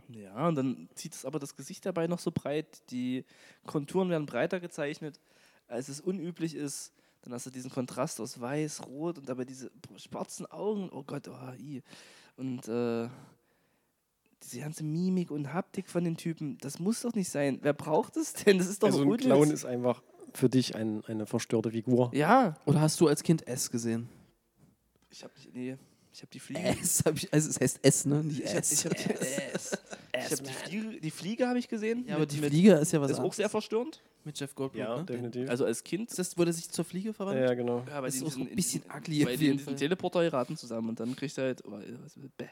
Speaker 3: Ja, und dann zieht es aber das Gesicht dabei noch so breit, die Konturen werden breiter gezeichnet, als es unüblich ist. Dann hast du diesen Kontrast aus weiß, rot und dabei diese schwarzen Augen. Oh Gott, oh, i. Und äh, diese ganze Mimik und Haptik von den Typen, das muss doch nicht sein. Wer braucht es denn? Das ist doch
Speaker 1: Also ein
Speaker 3: unnütz.
Speaker 1: Clown ist einfach für dich ein, eine verstörte Figur.
Speaker 3: Ja,
Speaker 2: Oder hast du als Kind S gesehen?
Speaker 3: Ich habe nee, ich habe die Fliege.
Speaker 2: S, hab ich, also es heißt S, ne? Nicht
Speaker 3: Ich hab,
Speaker 2: S.
Speaker 3: ich hab, ich hab die Fliege, die Fliege habe ich gesehen.
Speaker 2: ja, aber die
Speaker 3: mit,
Speaker 2: Fliege ist ja was
Speaker 3: ist auch
Speaker 2: anderes.
Speaker 3: sehr verstörend.
Speaker 2: mit Jeff Goldblum,
Speaker 1: Ja,
Speaker 2: ne?
Speaker 1: definitiv.
Speaker 3: Also als Kind.
Speaker 2: Ist das, wo der sich zur Fliege verwandelt?
Speaker 1: ja, genau.
Speaker 3: Ja, weil
Speaker 2: Das
Speaker 3: die
Speaker 2: ist auch
Speaker 3: diesen-
Speaker 2: ein bisschen
Speaker 3: diesen-
Speaker 2: ugly
Speaker 3: Weil
Speaker 2: auf
Speaker 3: die in
Speaker 2: jeden
Speaker 3: diesen
Speaker 2: Fall.
Speaker 3: Teleporter geraten zusammen und dann kriegt er halt, oh, was, bäh.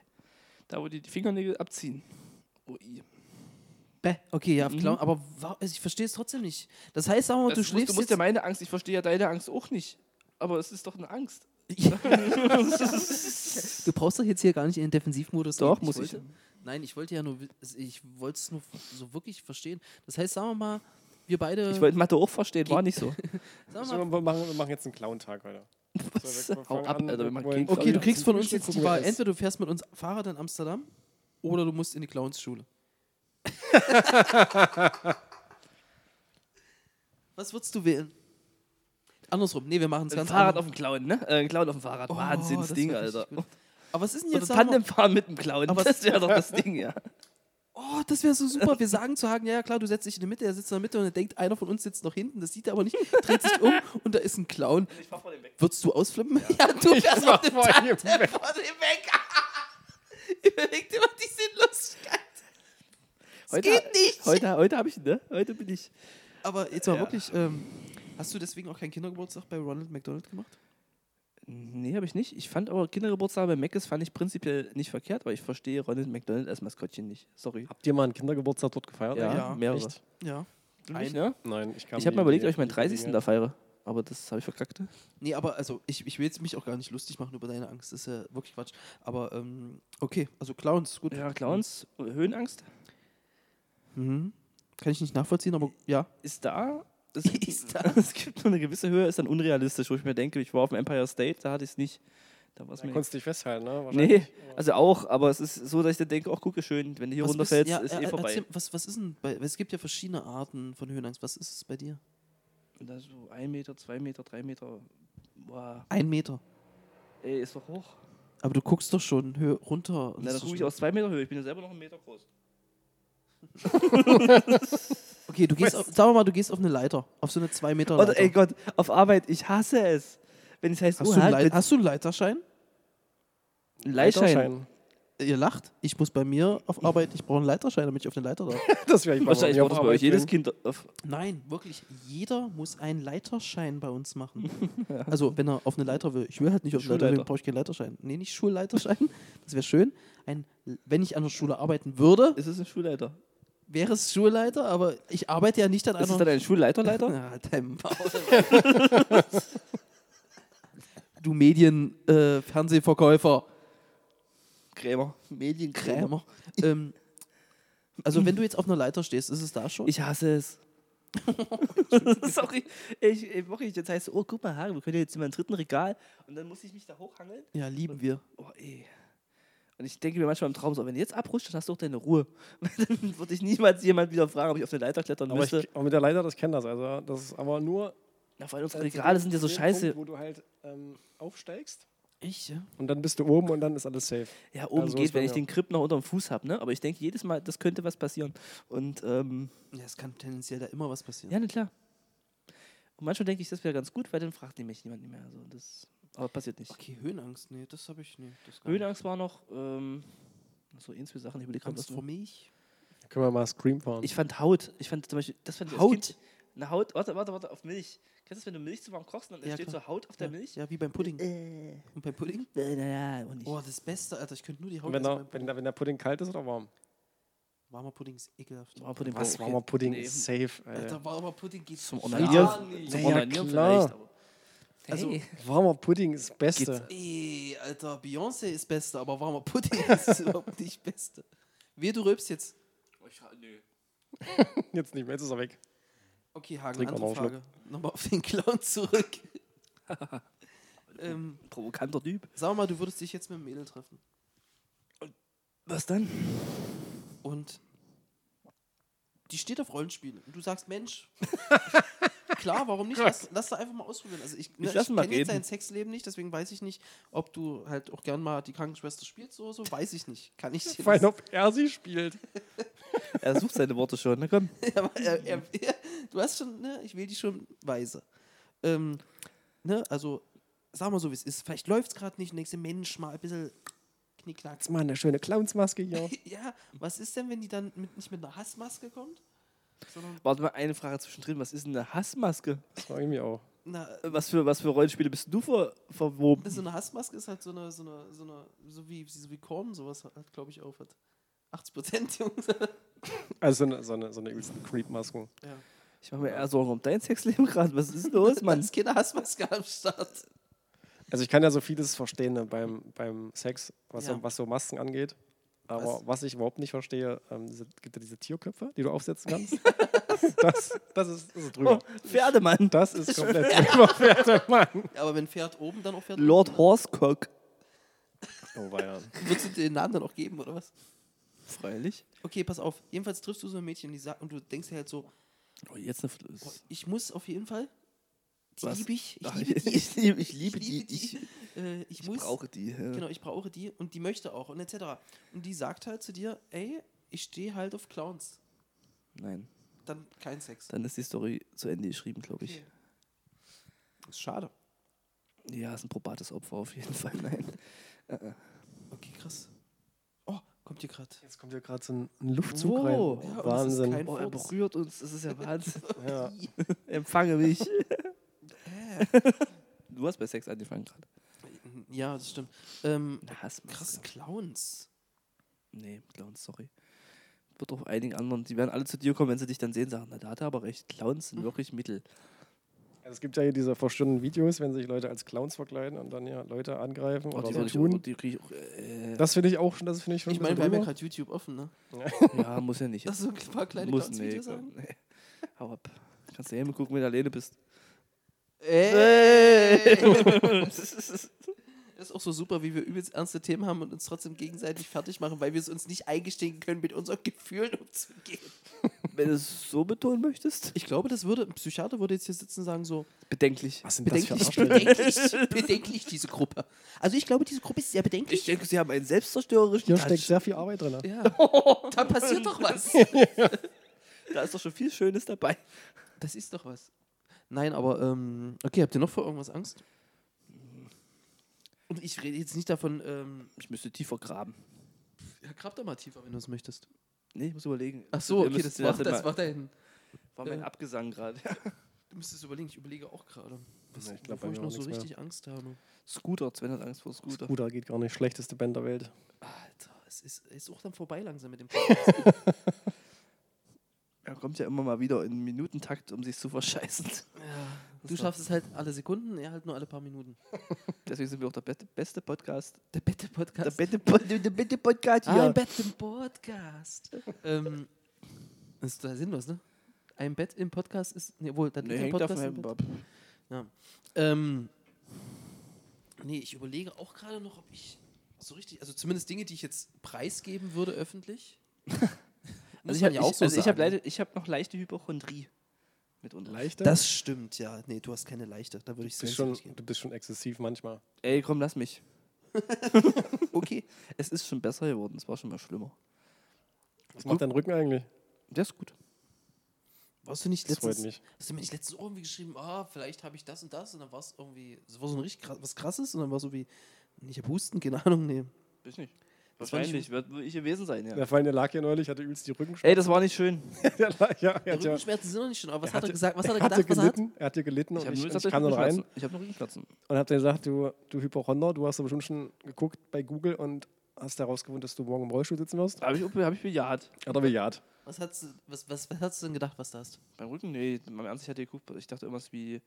Speaker 3: da wo die die Fingernägel abziehen. Oh, i.
Speaker 2: Bäh, okay, ja, auf
Speaker 3: Mhm.
Speaker 2: Clown, aber wa- also ich verstehe es trotzdem nicht. Das heißt, sag mal,
Speaker 3: Das
Speaker 2: du
Speaker 3: musst-
Speaker 2: schläfst
Speaker 3: du musst ja meine Angst, ich verstehe ja deine Angst auch nicht. Aber es ist doch eine Angst.
Speaker 2: jetzt, du brauchst doch jetzt hier gar nicht in den Defensivmodus
Speaker 3: Doch,
Speaker 2: gehen.
Speaker 3: muss ich.
Speaker 2: wollte- Nein, ich wollte ja nur, wi- also ich wollte es nur so wirklich verstehen. Das heißt, sagen wir mal, wir beide,
Speaker 3: Ich wollte Mathe auch verstehen, war
Speaker 2: Ge-
Speaker 3: nicht so.
Speaker 2: sagen
Speaker 1: So,
Speaker 2: wir mal,
Speaker 1: Also, wir, machen, wir machen jetzt einen Clown-Tag heute. So, wir- wir
Speaker 3: Hau
Speaker 1: fangen
Speaker 3: ab,
Speaker 1: an,
Speaker 3: Alter, wir machen
Speaker 1: wollen-
Speaker 3: keinen
Speaker 2: okay, du
Speaker 3: Clown.
Speaker 2: kriegst von uns
Speaker 1: Frühstück
Speaker 2: jetzt die
Speaker 1: gucken,
Speaker 2: Wahl,
Speaker 1: wer ist.
Speaker 2: entweder du fährst mit uns Fahrrad in Amsterdam oder du musst in die Clownsschule. Was würdest du wählen? Andersrum. Nee, wir machen es
Speaker 3: Ein
Speaker 2: ganz
Speaker 3: Fahrrad auf
Speaker 2: anders.
Speaker 3: dem Clown, ne? Äh, ein Clown auf dem Fahrrad.
Speaker 2: Oh, das
Speaker 3: Wahnsinnsding,
Speaker 2: wär richtig
Speaker 3: Alter.
Speaker 2: gut. Aber was ist denn
Speaker 3: Oder
Speaker 2: jetzt? sagen wir-
Speaker 3: Tandemfahren mit dem Clown.
Speaker 2: Aber
Speaker 3: das wäre doch das Ding, ja.
Speaker 2: Oh, das wäre so super. Wir sagen zu Hagen, ja, ja, klar, du setzt dich in die Mitte, er sitzt in der Mitte und er denkt, einer von uns sitzt noch hinten. Das sieht er aber nicht, dreht sich um und da ist ein Clown. Würdest du ausflippen? Ja, du wärst auf dem
Speaker 1: vor ihm
Speaker 2: Tandem
Speaker 1: weg.
Speaker 2: vor dem weg. Überleg dir mal die Sinnlosigkeit.
Speaker 3: Heute,
Speaker 2: geht nicht.
Speaker 3: Heute, heute habe ich, ne? Heute bin ich.
Speaker 2: Aber jetzt mal
Speaker 3: Ja.
Speaker 2: wirklich, ähm, hast du deswegen auch keinen Kindergeburtstag bei Ronald McDonald gemacht?
Speaker 3: Nee, habe ich nicht. Ich fand aber Kindergeburtstage bei Meckes fand ich prinzipiell nicht verkehrt, weil ich verstehe Ronald McDonald als Maskottchen nicht. Sorry.
Speaker 1: Habt ihr mal einen Kindergeburtstag dort gefeiert?
Speaker 3: Ja,
Speaker 1: eigentlich?
Speaker 3: mehrere.
Speaker 1: Echt?
Speaker 2: Ja.
Speaker 3: Nicht, ne?
Speaker 1: Nein, ich kann
Speaker 3: Ich habe mal überlegt, ob ich meinen 30. da feiere. Aber das habe ich verkackt.
Speaker 2: Nee, aber also ich, ich will jetzt mich auch gar nicht lustig machen über deine Angst. Das ist ja wirklich Quatsch. Aber ähm, okay, also Clowns, gut.
Speaker 3: Ja, Clowns, Höhenangst
Speaker 2: Mhm. Kann ich nicht nachvollziehen, aber ja.
Speaker 3: ist da. Es
Speaker 2: Ist
Speaker 3: gibt, es gibt nur eine gewisse Höhe, ist dann unrealistisch, wo ich mir denke, ich war auf dem Empire State, da hatte ich es nicht. Da war es
Speaker 1: Da
Speaker 3: mir.
Speaker 1: konntest du dich festhalten, ne?
Speaker 3: Nee,
Speaker 1: Wahrscheinlich. Aber-
Speaker 3: also auch, aber es ist so, dass ich dann denke, ach, gucke schön, wenn du hier
Speaker 2: Was
Speaker 3: runterfällst,
Speaker 2: bist- ja,
Speaker 3: ist
Speaker 2: er-
Speaker 3: eh
Speaker 2: er-
Speaker 3: vorbei.
Speaker 2: erzähl, was, was ist denn bei, es gibt ja verschiedene Arten von Höhenangst. Was ist es bei dir?
Speaker 3: Da so ein Meter, zwei Meter, drei Meter. Boah,
Speaker 2: Ein Meter.
Speaker 3: ey, ist doch hoch.
Speaker 2: Aber du guckst doch schon hö- runter.
Speaker 3: Na, dann
Speaker 2: Das ist
Speaker 3: gucke ich
Speaker 2: schon-
Speaker 3: aus zwei Meter Höhe, ich bin ja selber noch einen Meter groß.
Speaker 2: Okay, du gehst, auf, sagen wir mal, du gehst auf eine Leiter. Auf so eine 2 Meter Leiter.
Speaker 3: Oder, ey Gott, auf Arbeit, ich hasse es. Wenn es heißt,
Speaker 2: hast,
Speaker 3: oh,
Speaker 2: du einen
Speaker 3: halt,
Speaker 2: Lei- hast du einen Leiterschein?
Speaker 3: ein Leihschein.
Speaker 1: Leiterschein.
Speaker 2: Ihr lacht. Ich muss bei mir auf Arbeit, ich brauche einen Leiterschein, damit ich auf eine Leiter darf.
Speaker 1: Das wäre ich mal
Speaker 3: Wahrscheinlich
Speaker 1: mir
Speaker 3: war das
Speaker 1: auf
Speaker 3: bei
Speaker 1: Arbeit
Speaker 3: euch jedes
Speaker 1: bringen.
Speaker 3: Kind auf.
Speaker 2: Nein, wirklich. Jeder muss einen Leiterschein bei uns machen. Also, wenn er auf eine Leiter will. Ich will halt nicht auf eine Leiter,
Speaker 3: Schulleiter.
Speaker 2: deswegen brauche ich keinen Leiterschein. Nee, nicht Schulleiterschein. Das wäre schön. Ein, wenn ich an der Schule arbeiten würde,
Speaker 3: Ist es ein Schulleiter?
Speaker 2: wäre es Schulleiter, aber ich arbeite ja nicht an
Speaker 3: Ist es
Speaker 2: einer.
Speaker 3: dann ein Schulleiterleiter?
Speaker 2: Ah, dein Maul. du Medien, äh, Fernsehverkäufer,
Speaker 3: Krämer. Medienkrämer.
Speaker 2: Krämer. ähm, also wenn du jetzt auf einer Leiter stehst, ist es da schon?
Speaker 3: Ich hasse es. Sorry, ich, ich mache ich jetzt heißt, oh guck mal, Hagen, wir können jetzt in meinem dritten Regal und dann muss ich mich da hochhangeln.
Speaker 2: ja, lieben wir.
Speaker 3: Oh ey. Und ich denke mir manchmal im Traum so, wenn du jetzt abrutscht, dann hast du auch deine Ruhe. dann würde ich niemals jemand wieder fragen, ob ich auf eine Leiter klettern
Speaker 1: Aber,
Speaker 3: müsste.
Speaker 1: ich, aber mit der Leiter, das kennt das. Also, das ist aber nur.
Speaker 3: Na, vor allem unsere Regale sind ja so
Speaker 1: den
Speaker 3: scheiße.
Speaker 1: Punkt, wo du halt ähm, aufsteigst
Speaker 2: Ich, ja.
Speaker 1: und dann bist du oben und dann ist alles safe.
Speaker 3: Ja, oben
Speaker 1: Also,
Speaker 3: geht,
Speaker 1: es war
Speaker 3: wenn ich
Speaker 1: mir-
Speaker 3: den Grip noch unterm Fuß habe, ne? Aber ich denke jedes Mal, das könnte was passieren. Und ähm,
Speaker 2: ja. Es kann tendenziell da immer was passieren.
Speaker 3: ja, na klar. Und manchmal denke ich, das wäre ganz gut, weil dann fragt nämlich niemand mehr. Also das, aber passiert nicht.
Speaker 2: Okay, Höhenangst, nee, das habe ich nicht. Das gar nicht.
Speaker 3: Höhenangst war noch ähm, so ein, zwei Sachen, die überlegt
Speaker 2: Angst vor
Speaker 3: haben.
Speaker 2: Milch.
Speaker 1: Da können wir mal Scream fahren.
Speaker 3: Ich fand Haut. Ich fand zum Beispiel, das fand ich als
Speaker 2: Haut?
Speaker 3: Kind- Na, Haut, warte, warte, warte, auf Milch. Kennst du das, wenn du Milch zu warm kochst und dann
Speaker 2: Ja,
Speaker 3: entsteht
Speaker 2: klar.
Speaker 3: so Haut auf der
Speaker 2: Ja,
Speaker 3: Milch?
Speaker 2: ja, wie beim Pudding.
Speaker 3: Äh, äh,
Speaker 2: Und beim Pudding?
Speaker 3: naja, und nicht.
Speaker 2: Oh, das Beste, Alter, ich könnte nur die Haut
Speaker 1: und wenn,
Speaker 2: essen
Speaker 1: der,
Speaker 2: beim
Speaker 1: wenn,
Speaker 2: Pudding.
Speaker 1: der, wenn der Pudding kalt ist oder warm?
Speaker 2: Warmer Pudding ist ekelhaft.
Speaker 3: War vor dem
Speaker 1: Was?
Speaker 3: Bauch.
Speaker 1: Warmer Pudding
Speaker 3: Nee.
Speaker 1: ist safe, Alter.
Speaker 2: Alter, warmer Pudding geht
Speaker 3: Zum
Speaker 2: gar
Speaker 3: Onanieren.
Speaker 2: nicht.
Speaker 1: Nee.
Speaker 3: Zum
Speaker 1: Ja,
Speaker 3: Onanieren
Speaker 1: klar.
Speaker 3: vielleicht. aber-
Speaker 2: Also,
Speaker 3: Hey.
Speaker 1: Warmer Pudding ist Beste.
Speaker 2: Ey, Alter, Beyoncé ist Beste, aber warmer Pudding ist überhaupt nicht Beste. Wehe, du rülpst jetzt.
Speaker 1: Jetzt nicht mehr, jetzt ist er weg.
Speaker 2: Okay, Hagen,
Speaker 1: Trink
Speaker 2: andere
Speaker 1: auch noch einen
Speaker 2: Frage. Nochmal auf den Clown zurück. ähm,
Speaker 3: Provokanter Typ.
Speaker 2: sag mal, du würdest dich jetzt mit einem Mädel treffen.
Speaker 3: Was dann?
Speaker 2: Und die steht auf Rollenspiele. Und du sagst, Mensch, klar, warum nicht? Lass, lass da einfach mal ausprobieren. Also ich, ne, ich,
Speaker 3: lass ihn mal
Speaker 2: kenne jetzt
Speaker 3: reden.
Speaker 2: dein Sexleben nicht, deswegen weiß ich nicht, ob du halt auch gern mal die Krankenschwester spielst oder so. Weiß ich nicht. Kann ich dir
Speaker 1: Vor allem,
Speaker 2: nicht-
Speaker 1: ob er sie spielt.
Speaker 3: Er sucht seine Worte schon. Na komm.
Speaker 2: Ja, aber er, er, er, du hast schon, ne, ich will die schon weise. Ähm, ne, also, sag mal so, wie es ist. Vielleicht läuft es gerade nicht und denkst dir, Mensch, mal ein bisschen knickknack.
Speaker 1: Jetzt mal eine schöne Clownsmaske hier.
Speaker 2: Ja, was ist denn, wenn die dann mit, nicht mit einer Hassmaske kommt? Sondern,
Speaker 3: Warte mal, eine Frage zwischendrin. Was ist denn eine Hassmaske?
Speaker 1: Das frage ich mich auch.
Speaker 2: na, äh,
Speaker 3: Was für, was für Rollenspiele bist du ver verwoben?
Speaker 2: so eine Hassmaske ist halt so eine, so eine, so eine, so wie, so wie Korn sowas hat, glaube ich, auf hat. 80 Prozent, Jungs.
Speaker 1: Also so eine, so eine, so eine übelste Creep-Maske.
Speaker 2: Ja.
Speaker 3: Ich mache mir eher Sorgen um dein Sexleben gerade. Was ist los,
Speaker 2: Man
Speaker 3: Mann?
Speaker 2: ist keine Hassmaske am Start.
Speaker 1: Also ich kann ja so vieles verstehen ne, beim, beim Sex, was,
Speaker 2: Ja.
Speaker 1: so, was so Masken angeht. Aber
Speaker 2: Was?
Speaker 1: was, ich überhaupt nicht verstehe, ähm, diese, gibt ja diese Tierköpfe, die du aufsetzen kannst. das, das, ist, das ist
Speaker 3: Oh,
Speaker 1: drüber.
Speaker 3: Pferdemann.
Speaker 1: Das ist komplett drüber, Pferde, Mann.
Speaker 2: Aber wenn Pferd oben, dann auch Pferd
Speaker 3: Lord
Speaker 2: unten.
Speaker 3: Horsecock.
Speaker 1: Oh, weia.
Speaker 2: Würdest du dir den Namen dann auch geben, oder was?
Speaker 3: Freilich.
Speaker 2: Okay, pass auf. Jedenfalls triffst du so ein Mädchen die sagt, und du denkst dir halt so,
Speaker 3: Oh, jetzt eine Fl
Speaker 2: Boah, ich muss auf jeden Fall. Die
Speaker 3: Was?
Speaker 2: liebe ich. Ich
Speaker 3: Ach,
Speaker 2: liebe die.
Speaker 3: ich liebe- ich liebe die,
Speaker 2: Ich, liebe die. Äh, ich, muss,
Speaker 3: brauche die. Ja.
Speaker 2: Genau, ich brauche die und die möchte auch und etc. Und die sagt halt zu dir, ey, ich stehe halt auf Clowns.
Speaker 3: Nein,
Speaker 2: Dann kein Sex.
Speaker 3: dann ist die Story zu Ende geschrieben, glaube ich.
Speaker 2: Ist schade.
Speaker 3: Ja, ist ein probates Opfer auf jeden Fall. Nein.
Speaker 2: Okay, krass. Oh, kommt hier gerade.
Speaker 1: Jetzt kommt hier gerade so ein ein Luftzug
Speaker 3: Wow.
Speaker 1: rein.
Speaker 3: Ja, und
Speaker 2: es ist
Speaker 1: Wahnsinn.
Speaker 2: kein-
Speaker 3: Oh, er
Speaker 2: Furz.
Speaker 3: berührt uns, das ist ja Wahnsinn.
Speaker 1: Ja.
Speaker 3: Empfange mich. du hast bei Sex angefangen gerade.
Speaker 2: Ja, das stimmt. Ähm,
Speaker 3: Hass mich.
Speaker 2: krass, Clowns.
Speaker 3: Nee, Clowns, sorry. Wird auch einigen anderen, die werden alle zu dir kommen, wenn sie dich dann sehen, sagen, na, da hat er aber recht, Clowns
Speaker 2: Hm.
Speaker 3: sind wirklich Mittel.
Speaker 1: Also es gibt ja hier diese verstörenden Videos, wenn sich Leute als Clowns verkleiden und dann ja Leute angreifen
Speaker 3: Oh,
Speaker 1: oder
Speaker 3: die
Speaker 1: so
Speaker 3: würde ich
Speaker 1: tun.
Speaker 3: auch- die krieg ich auch, äh,
Speaker 1: Das finde ich auch schon, das finde ich schon
Speaker 2: Ich
Speaker 1: ein
Speaker 2: meine, wir
Speaker 1: bisschen
Speaker 2: haben ja
Speaker 1: drüber.
Speaker 2: gerade YouTube offen, ne?
Speaker 3: ja, muss ja nicht.
Speaker 2: Dass so ein paar kleine
Speaker 3: muss nee,
Speaker 2: Clowns-Videos haben.
Speaker 3: nee. Hau ab. Kannst du ja gucken, wenn du alleine bist.
Speaker 2: Äh. Das ist auch so super, wie wir übelst ernste Themen haben und uns trotzdem gegenseitig fertig machen, weil wir es uns nicht eingestehen können, mit unseren Gefühlen umzugehen.
Speaker 3: wenn du es so betonen möchtest.
Speaker 2: Ich glaube, das würde, ein Psychiater würde jetzt hier sitzen und sagen so,
Speaker 3: Bedenklich.
Speaker 1: Was sind das für
Speaker 2: bedenklich,
Speaker 1: Arschlöcher?
Speaker 2: bedenklich, bedenklich diese Gruppe. Also ich glaube, diese Gruppe ist sehr bedenklich.
Speaker 3: Ich denke, sie haben einen selbstzerstörerischen
Speaker 1: Hier
Speaker 3: Touch.
Speaker 1: steckt sehr viel Arbeit drin. ne?
Speaker 2: ja. Da passiert doch was.
Speaker 3: Da ist doch schon viel Schönes dabei.
Speaker 2: Das ist doch was. Nein, aber ähm, okay, habt ihr noch vor irgendwas Angst? Und ich rede jetzt nicht davon, ähm,
Speaker 3: Ich müsste tiefer graben.
Speaker 2: ja, grab doch mal tiefer, wenn du es möchtest.
Speaker 3: Nee, ich muss überlegen.
Speaker 2: Ach so,
Speaker 3: Ihr
Speaker 2: okay,
Speaker 3: müsst-
Speaker 2: das
Speaker 3: ihr
Speaker 2: war,
Speaker 3: müsst
Speaker 2: das
Speaker 3: mal-
Speaker 2: war dein.
Speaker 3: war mein
Speaker 2: äh,
Speaker 3: Abgesang gerade.
Speaker 2: Du müsstest überlegen, ich überlege auch gerade, was-
Speaker 1: Na, ich glaub,
Speaker 2: wovor
Speaker 1: bei mir
Speaker 2: ich
Speaker 1: auch
Speaker 2: noch so
Speaker 1: nichts mehr.
Speaker 2: richtig Angst habe.
Speaker 3: Scooter, Sven hat Angst vor Scooter.
Speaker 1: Bruder geht gar nicht. Schlechteste Band der Welt.
Speaker 2: Alter, es ist, es ist auch dann vorbei langsam mit dem
Speaker 3: Er kommt ja immer mal wieder in Minutentakt, um sich zu verscheißen.
Speaker 2: Du schaffst es halt alle Sekunden, er halt nur alle paar Minuten.
Speaker 3: Deswegen sind wir auch der beste, beste Podcast.
Speaker 2: Der Bette-Podcast.
Speaker 3: Der beste, Po- der beste Podcast hier.
Speaker 2: Ein Bett im Podcast. ähm, das ist total sinnlos, ne? Ein Bett im Podcast ist. Nee, wohl, dann
Speaker 3: Nee,
Speaker 2: liegt ein
Speaker 3: hängt auf
Speaker 2: Podcast im
Speaker 3: meinem
Speaker 2: Bett.
Speaker 3: Bob.
Speaker 2: Ja. Ähm, nee, ich überlege auch gerade noch, ob ich so richtig, also zumindest Dinge, die ich jetzt preisgeben würde öffentlich. Muss
Speaker 3: Also ich
Speaker 2: man
Speaker 3: habe
Speaker 2: ja auch so
Speaker 3: also ich hab
Speaker 2: sagen.
Speaker 3: leider- ich hab noch leichte Hypochondrie. Mitunter.
Speaker 1: Leichter?
Speaker 2: Das stimmt, ja. Nee, du hast keine leichte. Da würde ich
Speaker 1: du, bist schon, du bist schon exzessiv manchmal.
Speaker 3: Ey, komm, lass mich. okay, es ist schon besser geworden. Es war schon mal schlimmer.
Speaker 1: Was macht dein Rücken eigentlich?
Speaker 3: Der ist gut.
Speaker 2: Warst du nicht
Speaker 1: Das
Speaker 2: letztens,
Speaker 1: freut mich.
Speaker 2: hast du mir nicht letztens auch irgendwie geschrieben, ah, vielleicht habe ich das und das und dann war es irgendwie, es war so ein richtig krass, was krasses und dann war so wie, ich habe Husten, keine Ahnung, nee.
Speaker 3: Bist nicht.
Speaker 2: Das war
Speaker 3: Wahrscheinlich wird ich gewesen sein, ja.
Speaker 1: Der Fall, der lag hier neulich, hatte übelst die Rückenschmerzen.
Speaker 3: Ey, das war nicht schön.
Speaker 1: Der lag- ja,
Speaker 2: Die
Speaker 1: er hat ja-
Speaker 2: Rückenschmerzen sind noch nicht schon, aber was
Speaker 1: er
Speaker 2: hat er
Speaker 1: hatte-
Speaker 2: gesagt, was hat er
Speaker 1: er hatte
Speaker 2: gedacht, was er hat?
Speaker 1: gelitten, er hatte gelitten und
Speaker 3: hab
Speaker 1: ich,
Speaker 3: nur
Speaker 1: und ich
Speaker 3: tatsächlich
Speaker 1: kam dann rein
Speaker 3: Rückenschmerzen. Ich habe noch Rückenschmerzen.
Speaker 1: und hab dann gesagt, du, du Hypochonder, du hast doch bestimmt schon geguckt bei Google und hast herausgefunden, dass du morgen im Rollstuhl sitzen wirst.
Speaker 3: Habe ich, hab ich bejaht.
Speaker 1: Hat er bejaht.
Speaker 2: Was hast, du- was, was, was hast du denn gedacht, was du hast?
Speaker 3: Beim Rücken? Nee, beim Ernst, ich hatte geguckt. Ich dachte irgendwas wie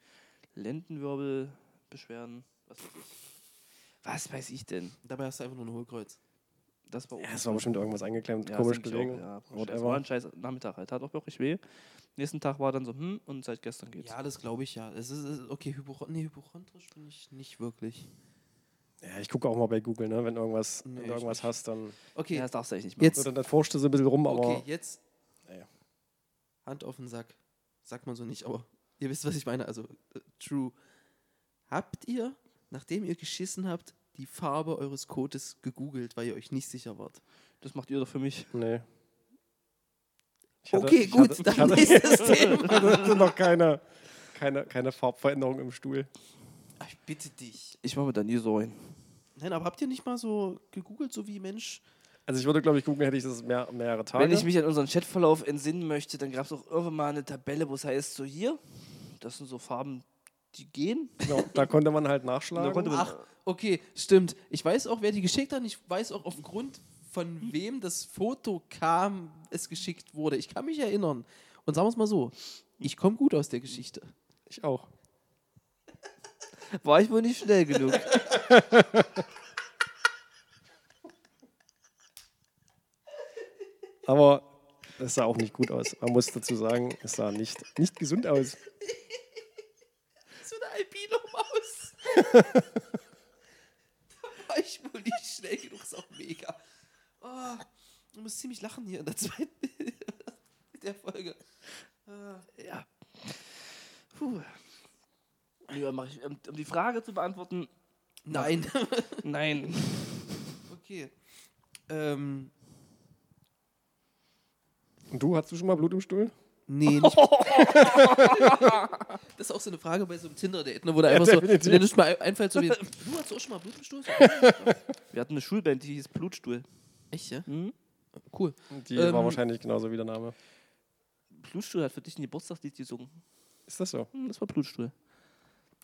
Speaker 3: Lendenwirbelbeschwerden. Was weiß ich. Was weiß ich denn?
Speaker 2: Dabei hast du einfach nur ein Hohlkreuz.
Speaker 3: Das war
Speaker 1: Ja, es war bestimmt irgendwas eingeklemmt,
Speaker 3: Ja,
Speaker 1: komisch
Speaker 3: das denk ich
Speaker 1: gelegen.
Speaker 3: auch, ja, war ein Scheiß- war
Speaker 1: whatever.
Speaker 3: ein scheiß Nachmittag. Halt. Hat auch wirklich weh. Nächsten Tag war dann so, hm, und seit gestern geht's.
Speaker 2: Ja, das glaube ich ja. Es ist, es- okay, hypochon nee, hypochondrisch bin ich nicht wirklich.
Speaker 1: Ja, ich gucke auch mal bei Google, ne? wenn, irgendwas,
Speaker 2: Nee,
Speaker 1: wenn
Speaker 2: ich
Speaker 1: du irgendwas hast, dann,
Speaker 2: Okay,
Speaker 3: Ja, das darfst du echt nicht machen.
Speaker 1: so,
Speaker 2: jetzt,
Speaker 1: dann, dann forschst du so ein Ah, bisschen rum, aber
Speaker 2: okay, jetzt.
Speaker 1: Naja.
Speaker 2: Hand auf den Sack. Sagt man so nicht, aber ihr wisst, was ich meine. Also, äh, true. Habt ihr, nachdem ihr geschissen habt, die Farbe eures Codes gegoogelt, weil ihr euch nicht sicher wart?
Speaker 3: Das macht ihr doch für mich.
Speaker 1: nee. Ich hatte-
Speaker 2: Okay,
Speaker 1: ich
Speaker 2: gut,
Speaker 1: hatte- ich
Speaker 2: dann
Speaker 1: hatte-
Speaker 2: ist das Thema.
Speaker 1: Ich hatte noch keine, keine, keine Farbveränderung im Stuhl.
Speaker 2: Ah, Ich bitte dich.
Speaker 3: Ich mache mir da nie so hin.
Speaker 2: Nein, aber habt ihr nicht mal so gegoogelt, so wie Mensch?
Speaker 1: Also ich würde, glaube ich, gucken, hätte ich das mehr, mehrere Tage.
Speaker 3: Wenn ich mich an unseren Chatverlauf entsinnen möchte, dann gab es auch irgendwann mal eine Tabelle, wo es heißt, so hier, das sind so Farben, die gehen.
Speaker 1: genau, da konnte man halt
Speaker 3: Da
Speaker 1: nachschlagen.
Speaker 3: konnte man-
Speaker 2: Ach, okay, stimmt. Ich weiß auch, wer die geschickt hat. Ich weiß auch aufgrund von wem das Foto kam, es geschickt wurde. Ich kann mich erinnern. Und sagen wir es mal so, ich komme gut aus der Geschichte.
Speaker 1: ich auch.
Speaker 3: War ich wohl nicht schnell genug.
Speaker 1: Aber es sah auch nicht gut aus. Man muss dazu sagen, es sah nicht, nicht gesund aus.
Speaker 2: So eine Albino-Maus. da war ich wohl nicht schnell genug, ist auch mega. Oh, du musst ziemlich lachen hier in der zweiten in der Folge. Ah,
Speaker 3: Ja. Puh. Ja, mach ich, um, um die Frage zu beantworten,
Speaker 2: Nein.
Speaker 3: nein.
Speaker 2: okay. Ähm,
Speaker 1: Und du, hast du schon mal Blut im Stuhl?
Speaker 2: nee, nicht. das ist auch so eine Frage bei so einem Tinder-Date, ne, wo da einfach so, wenn
Speaker 1: definitiv.
Speaker 2: dir nicht mal ein- einfällt, so wie, du hast auch schon mal Blut im Stuhl?
Speaker 3: Wir hatten eine Schulband, die hieß Blutstuhl.
Speaker 2: Echt, ja?
Speaker 3: Hm?
Speaker 2: Cool.
Speaker 1: Die
Speaker 2: Ähm,
Speaker 1: war wahrscheinlich genauso wie der Name.
Speaker 3: Blutstuhl hat für dich ein Geburtstagslied gesungen.
Speaker 1: Ist das so?
Speaker 3: Hm, Das war Blutstuhl.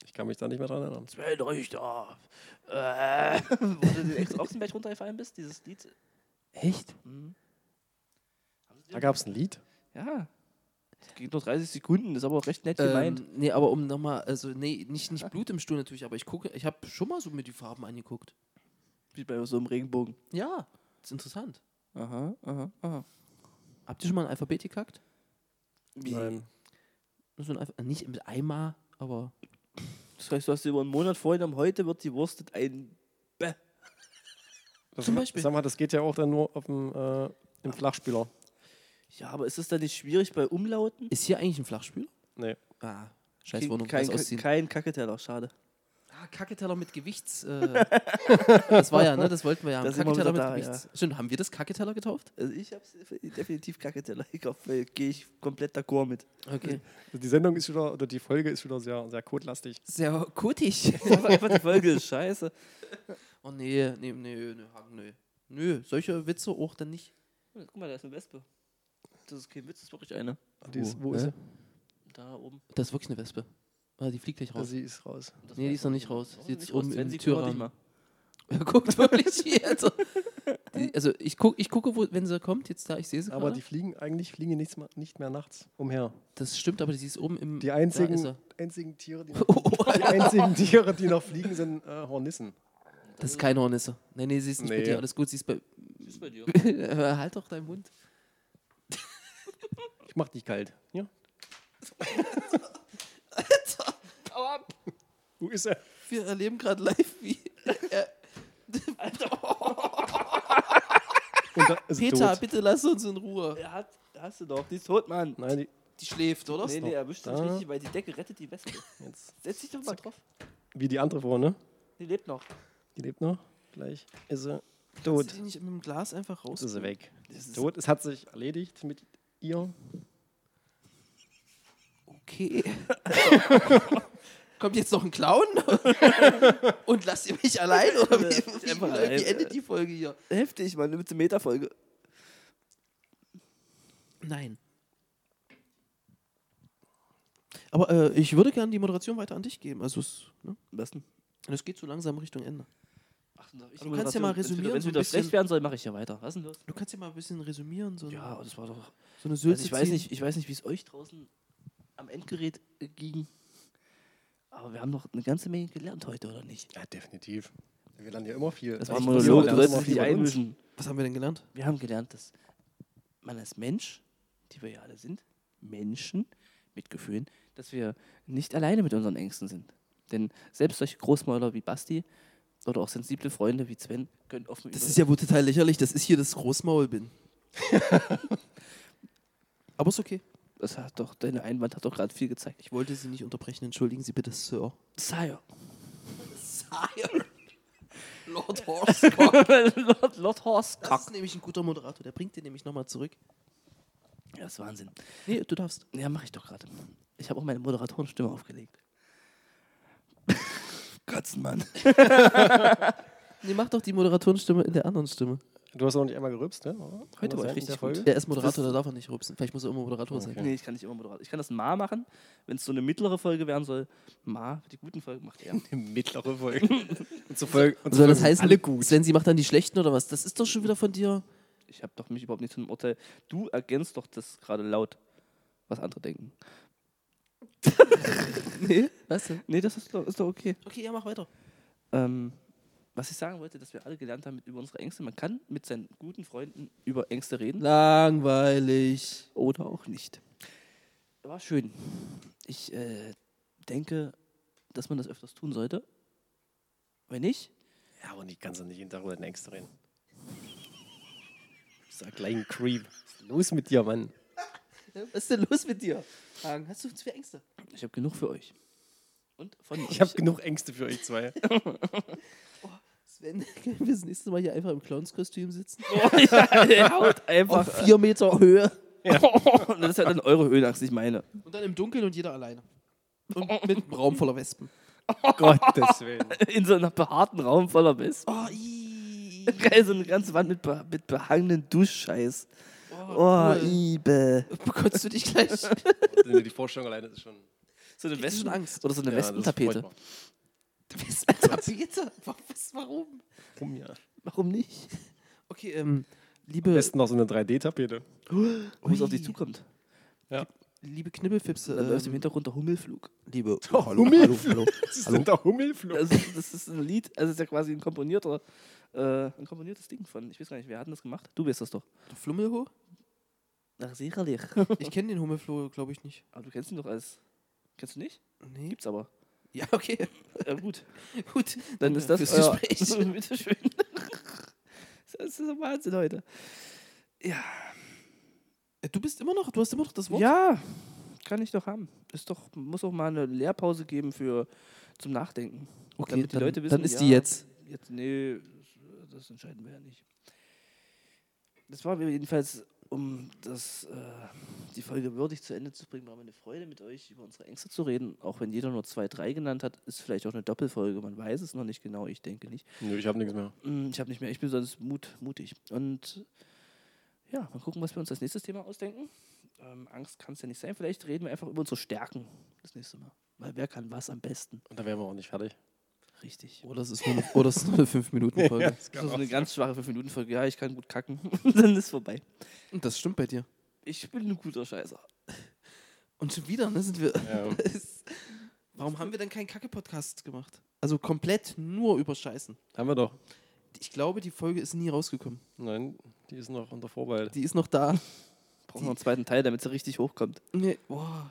Speaker 1: Ich kann mich da nicht mehr dran erinnern.
Speaker 3: Sven Richter. Äh, wo du den Ex-Ochsenberg runtergefallen bist, dieses Lied.
Speaker 2: Echt?
Speaker 3: Hm. Haben Sie
Speaker 1: Da
Speaker 3: den-
Speaker 1: gab es ein Lied.
Speaker 3: Ja. Das geht nur 30 Sekunden, ist aber auch recht nett gemeint.
Speaker 2: Ähm, nee, aber um nochmal, also nee, nicht, nicht Blut im Stuhl natürlich, aber ich gucke, ich habe schon mal so mir die Farben angeguckt.
Speaker 3: Wie bei so einem Regenbogen.
Speaker 2: Ja, ist interessant.
Speaker 3: Aha, aha, aha.
Speaker 2: Habt ihr schon mal ein Alphabet gekackt?
Speaker 3: Wie?
Speaker 1: Nein.
Speaker 2: So ein Alpha nicht mit Eimer, aber
Speaker 3: Das heißt, du hast dir über einen Monat vorhin am heute wird die Wurst ein Bäh.
Speaker 1: Das,
Speaker 2: Zum Beispiel.
Speaker 1: Sag mal, das geht ja auch dann nur auf dem, äh, im Flachspieler.
Speaker 3: Ja, aber ist es dann nicht schwierig bei Umlauten?
Speaker 2: ist hier eigentlich ein Flachspül?
Speaker 1: Nee.
Speaker 2: Ah, scheiß
Speaker 3: Kein,
Speaker 2: Wohnung,
Speaker 3: kein,
Speaker 2: lass ausziehen.
Speaker 3: kein Kacketeller, schade.
Speaker 2: Ah, Kacketeller mit Gewichts. Äh, das war ja, ne? Das wollten wir ja.
Speaker 3: Da
Speaker 2: haben.
Speaker 3: sind wir
Speaker 2: Kacketeller mit
Speaker 3: wieder da,
Speaker 2: Gewichts. Stimmt, haben wir das Kacketeller getauft?
Speaker 3: Also ich hab's definitiv Kacketeller gekauft, weil gehe ich komplett d'accord mit.
Speaker 2: Okay.
Speaker 1: Die Sendung ist wieder, oder die Folge ist wieder sehr, sehr codelastig.
Speaker 2: Sehr kutig.
Speaker 3: Einfach, einfach die Folge ist scheiße.
Speaker 2: Oh nee, nee, nee, nee, Hagen, nee. Nö, solche Witze auch dann nicht.
Speaker 3: Guck mal, da ist eine Wespe. Das ist kein Witz, das ist wirklich eine.
Speaker 1: Die ist, wo
Speaker 2: Wo,
Speaker 1: ist
Speaker 2: hä?
Speaker 1: sie?
Speaker 3: Da oben.
Speaker 2: Das ist wirklich eine Wespe. Ah, die fliegt gleich raus.
Speaker 1: sie ist raus.
Speaker 3: Das
Speaker 2: Nee, die ist noch nicht raus. Die ist oben im Türrahmen.
Speaker 3: Mal.
Speaker 2: Er guckt wirklich hier. Also, die, also ich, guck, ich gucke, wo, wenn sie kommt, jetzt da, ich sehe sie
Speaker 1: Aber
Speaker 2: gerade.
Speaker 1: die fliegen, eigentlich fliegen die nichts ma- nicht mehr nachts umher.
Speaker 2: das stimmt, aber sie ist oben im.
Speaker 1: Die
Speaker 2: da ist
Speaker 1: einzigen,
Speaker 2: er.
Speaker 1: einzigen, Tiere, die,
Speaker 2: Oh,
Speaker 1: noch,
Speaker 2: oh,
Speaker 1: die einzigen Tiere, die noch fliegen, sind äh, Hornissen.
Speaker 2: das ist keine Hornisse. Nee, nee, sie ist nicht bei
Speaker 1: Nee.
Speaker 2: dir. Alles gut, sie ist bei.
Speaker 3: Tschüss bei dir.
Speaker 2: halt doch deinen Mund.
Speaker 1: Ich mach die kalt. Ja. Wo ist er?
Speaker 2: Wir erleben gerade live, wie. Er,
Speaker 1: Und da ist sie
Speaker 2: Peter,
Speaker 1: tot.
Speaker 2: bitte lass uns in Ruhe.
Speaker 3: Er hat, hast du doch, die ist tot, Mann.
Speaker 1: Nein, die,
Speaker 2: Die schläft, oder?
Speaker 3: Nee, nee, erwischt dich
Speaker 1: da.
Speaker 3: richtig, weil die Decke rettet die Wespe.
Speaker 1: jetzt,
Speaker 3: Setz dich doch mal drauf.
Speaker 1: wie die andere Frau, ne?
Speaker 3: Die lebt noch.
Speaker 1: Die lebt noch. Gleich ist sie
Speaker 2: Kannst
Speaker 1: tot.
Speaker 2: du die nicht mit dem Glas einfach raus?
Speaker 1: Jetzt ist sie weg.
Speaker 2: Das ist-
Speaker 1: Tot. Es hat sich erledigt mit ihr.
Speaker 2: Okay. Kommt jetzt noch ein Clown? Und lasst ihr mich allein? Oder wie, wie,
Speaker 3: Einfach
Speaker 2: wie,
Speaker 3: allein.
Speaker 2: wie endet die Folge hier?
Speaker 3: Heftig, Mann, mit der Meta-Folge.
Speaker 2: Nein. Aber äh, ich würde gerne die Moderation weiter an dich geben. Also es, ne?
Speaker 3: Am besten.
Speaker 2: es geht so langsam Richtung Ende.
Speaker 3: Ach, ich
Speaker 2: du kannst ja mal resümieren,
Speaker 3: Wenn
Speaker 2: so
Speaker 3: du
Speaker 2: ein
Speaker 3: wieder schlecht
Speaker 2: bisschen.
Speaker 3: werden soll, mache ich ja weiter. Was ist denn los?
Speaker 2: Du kannst ja mal ein bisschen resümieren. So,
Speaker 3: Ja,
Speaker 2: eine,
Speaker 3: das war doch.
Speaker 2: so eine Sülze
Speaker 3: Also ich, weiß
Speaker 2: ziehen.
Speaker 3: nicht, ich weiß nicht, wie es euch draußen am Endgerät äh, ging. Aber wir haben noch eine ganze Menge gelernt heute, oder nicht?
Speaker 1: Ja, definitiv. Wir lernen ja immer viel.
Speaker 3: Das war ein
Speaker 1: Ich-
Speaker 3: Monolog,
Speaker 1: wir lernen
Speaker 3: du solltest
Speaker 1: immer
Speaker 3: dich
Speaker 1: viel
Speaker 3: nicht
Speaker 1: über uns.
Speaker 3: einmischen.
Speaker 2: Was haben wir denn gelernt?
Speaker 3: Wir haben gelernt, dass man als Mensch, die wir ja alle sind, Menschen mit Gefühlen, dass wir nicht alleine mit unseren Ängsten sind. Denn selbst solche Großmäuler wie Basti oder auch sensible Freunde wie Sven können offen
Speaker 2: Das
Speaker 3: über-
Speaker 2: ist ja wohl total lächerlich, dass ich hier das Großmaul bin. Aber ist okay.
Speaker 3: das hat doch deine Einwand hat doch gerade viel gezeigt.
Speaker 2: Ich wollte Sie nicht unterbrechen. Entschuldigen Sie bitte, Sir.
Speaker 3: Sire.
Speaker 2: Sire. Lord Horsecock.
Speaker 3: Lord, Lord
Speaker 2: Das
Speaker 3: Horsecock.
Speaker 2: ist nämlich ein guter Moderator. Der bringt den nämlich nochmal zurück.
Speaker 3: Ja, das ist Wahnsinn.
Speaker 2: Nee, du darfst.
Speaker 3: Ja, mache ich doch gerade. Ich habe auch meine Moderatorenstimme aufgelegt. Katzenmann.
Speaker 2: Nee, mach doch die Moderatorenstimme in der anderen Stimme.
Speaker 1: Du hast noch nicht einmal gerübst, ne? oder? Kann
Speaker 3: Heute
Speaker 1: das
Speaker 3: war ich
Speaker 1: sein in
Speaker 3: richtig
Speaker 1: der Folge?
Speaker 2: Der ist Moderator, da darf er nicht rupsen. Vielleicht muss er immer Moderator sein.
Speaker 1: Okay.
Speaker 3: Nee, ich kann nicht immer Moderator. Ich kann das Ma machen, wenn es so eine mittlere Folge werden soll. Ma, die guten Folgen macht er.
Speaker 1: Eine mittlere Folge. und zur Folge. Und
Speaker 2: Soll
Speaker 1: zur
Speaker 2: das
Speaker 1: Folge
Speaker 2: heißen,
Speaker 1: alle gut.
Speaker 2: Sven, sie macht dann die schlechten oder was? Das ist doch schon wieder von dir.
Speaker 3: Ich habe doch mich überhaupt nicht zu einem Urteil. Du ergänzt doch das gerade laut, was andere denken.
Speaker 2: Nee, was denn?
Speaker 3: Nee, das ist, doch- ist doch okay.
Speaker 2: Okay, ja, mach weiter.
Speaker 3: Ähm, was ich sagen wollte, dass wir alle gelernt haben mit, über unsere Ängste. Man kann mit seinen guten Freunden über Ängste reden.
Speaker 2: Langweilig.
Speaker 3: Oder auch nicht. War schön. Ich äh, denke, dass man das öfters tun sollte. Wenn nicht,
Speaker 1: Ja, aber nicht kannst du nicht jeden Tag über deine Ängste reden. Sag gleich ein Creep. Was ist los mit dir, Mann?
Speaker 2: Was ist denn los mit dir? Hagen, hast du zu viele Ängste?
Speaker 3: Ich habe genug für euch. Und von
Speaker 1: Ich habe genug Ängste für euch zwei.
Speaker 2: Sven, können wir das nächste Mal hier einfach im Clownskostüm sitzen?
Speaker 3: ja, haut einfach
Speaker 2: Auf vier Meter Höhe.
Speaker 3: Und das ist ja dann eure Höhenachse, ich meine.
Speaker 2: Und dann im Dunkeln und jeder alleine. Und mit einem Raum voller Wespen.
Speaker 1: Gottes Willen.
Speaker 3: In so einem behaarten Raum voller Wespen.
Speaker 2: Oh, ii.
Speaker 3: Geil, so eine ganze Wand mit, beh- mit behangenen Duschscheiß. Oh,
Speaker 2: cool.
Speaker 3: Ibe.
Speaker 2: Bekotzt du dich gleich?
Speaker 1: Die Vorstellung alleine ist schon.
Speaker 3: So eine
Speaker 2: krieg schon Angst.
Speaker 3: Oder so eine
Speaker 1: Ja, das freut
Speaker 3: Wespentapete.
Speaker 1: man.
Speaker 2: Tapete? Was, warum?
Speaker 1: Warum ja?
Speaker 3: Warum nicht?
Speaker 2: Okay, ähm,
Speaker 1: Am
Speaker 2: liebe,
Speaker 1: besten noch so eine 3D-Tapete.
Speaker 3: Wo es auf
Speaker 2: Ui.
Speaker 3: dich zukommt.
Speaker 2: liebe Knibbelfipse,
Speaker 3: Dann läuft im
Speaker 2: ähm,
Speaker 3: Hintergrund der Hummelflug.
Speaker 2: liebe.
Speaker 1: Hummel.
Speaker 2: hallo,
Speaker 1: Das ist der Hummelflug.
Speaker 3: Also, das ist ein Lied, also ist ja quasi ein komponierter, äh, ein komponiertes Ding von, ich weiß gar nicht, wer hat denn das gemacht? Du weißt das doch.
Speaker 2: Flummelho?
Speaker 3: Ach, sicherlich.
Speaker 2: Ich kenne den Hummelfloh, glaube ich, nicht.
Speaker 3: Aber du kennst ihn doch als, kennst du nicht?
Speaker 2: Nee.
Speaker 3: Gibt's aber.
Speaker 2: Ja, okay.
Speaker 3: Ja, gut.
Speaker 2: Gut.
Speaker 3: Dann ist das
Speaker 2: Fürs
Speaker 3: euer-
Speaker 2: Gespräch.
Speaker 3: Bitteschön. Das ist ein Wahnsinn heute.
Speaker 2: Äh, Du bist immer noch, du hast immer noch das Wort.
Speaker 3: Ja, kann ich doch haben. Ist doch, muss auch mal eine Lehrpause geben für zum Nachdenken.
Speaker 2: okay,
Speaker 3: damit die
Speaker 2: dann,
Speaker 3: Leute wissen,
Speaker 2: dann ist die
Speaker 3: ja.
Speaker 2: jetzt.
Speaker 3: Jetzt, nee, das- das entscheiden wir ja nicht. Das war mir jedenfalls, um das, äh, die Folge würdig zu Ende zu bringen, war mir eine Freude, mit euch über unsere Ängste zu reden. Auch wenn jeder nur zwei, drei genannt hat, ist vielleicht auch eine Doppelfolge. Man weiß es noch nicht genau, ich denke nicht.
Speaker 1: Nö, ich habe nichts mehr.
Speaker 3: Mm, Ich habe nicht mehr, ich bin sonst mut, mutig. Und ja, mal gucken, was wir uns als nächstes Thema ausdenken. Ähm, Angst kann es ja nicht sein. Vielleicht reden wir einfach über unsere Stärken das nächste Mal. Weil wer kann was am besten?
Speaker 1: Und da wären wir auch nicht fertig.
Speaker 3: Richtig.
Speaker 2: Oder es Oh, ist nur eine, oder es ist nur eine 5-Minuten-Folge.
Speaker 3: Das ist so eine ganz schwache 5-Minuten-Folge. Ja, ich kann gut kacken. Dann ist vorbei.
Speaker 2: Und das stimmt bei dir.
Speaker 3: Ich bin ein guter Scheißer.
Speaker 2: Und schon wieder, ne, sind wir.
Speaker 1: Ja.
Speaker 2: Es- Warum haben wir denn keinen Kacke-Podcast gemacht? Also komplett nur über Scheißen.
Speaker 1: Haben wir doch.
Speaker 2: Ich glaube, die Folge ist nie rausgekommen.
Speaker 1: Nein, die ist noch unter Vorbehalt.
Speaker 2: Die ist noch da.
Speaker 3: Brauchen wir einen zweiten Teil, damit sie richtig hochkommt.
Speaker 2: Nee, boah.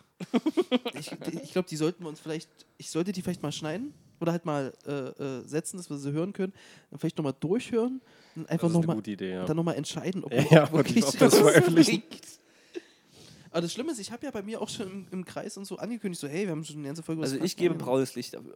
Speaker 2: ich ich glaube, die sollten wir uns vielleicht. Ich sollte die vielleicht mal schneiden oder halt mal äh, äh, setzen, dass wir sie hören können. Dann vielleicht nochmal durchhören und einfach
Speaker 1: das ist eine
Speaker 2: nochmal
Speaker 1: gute Idee, ja.
Speaker 2: dann nochmal entscheiden, ob
Speaker 1: Ja,
Speaker 2: man
Speaker 1: ja, ob das veröffentlichen.
Speaker 2: bringt. Aber das Schlimme ist, ich habe ja bei mir auch schon im, im Kreis und so angekündigt, so hey, wir haben schon eine ganze Folge. über
Speaker 3: Also
Speaker 2: das
Speaker 3: ich
Speaker 2: Frank-
Speaker 3: gebe
Speaker 2: Nein.
Speaker 3: braunes Licht dafür.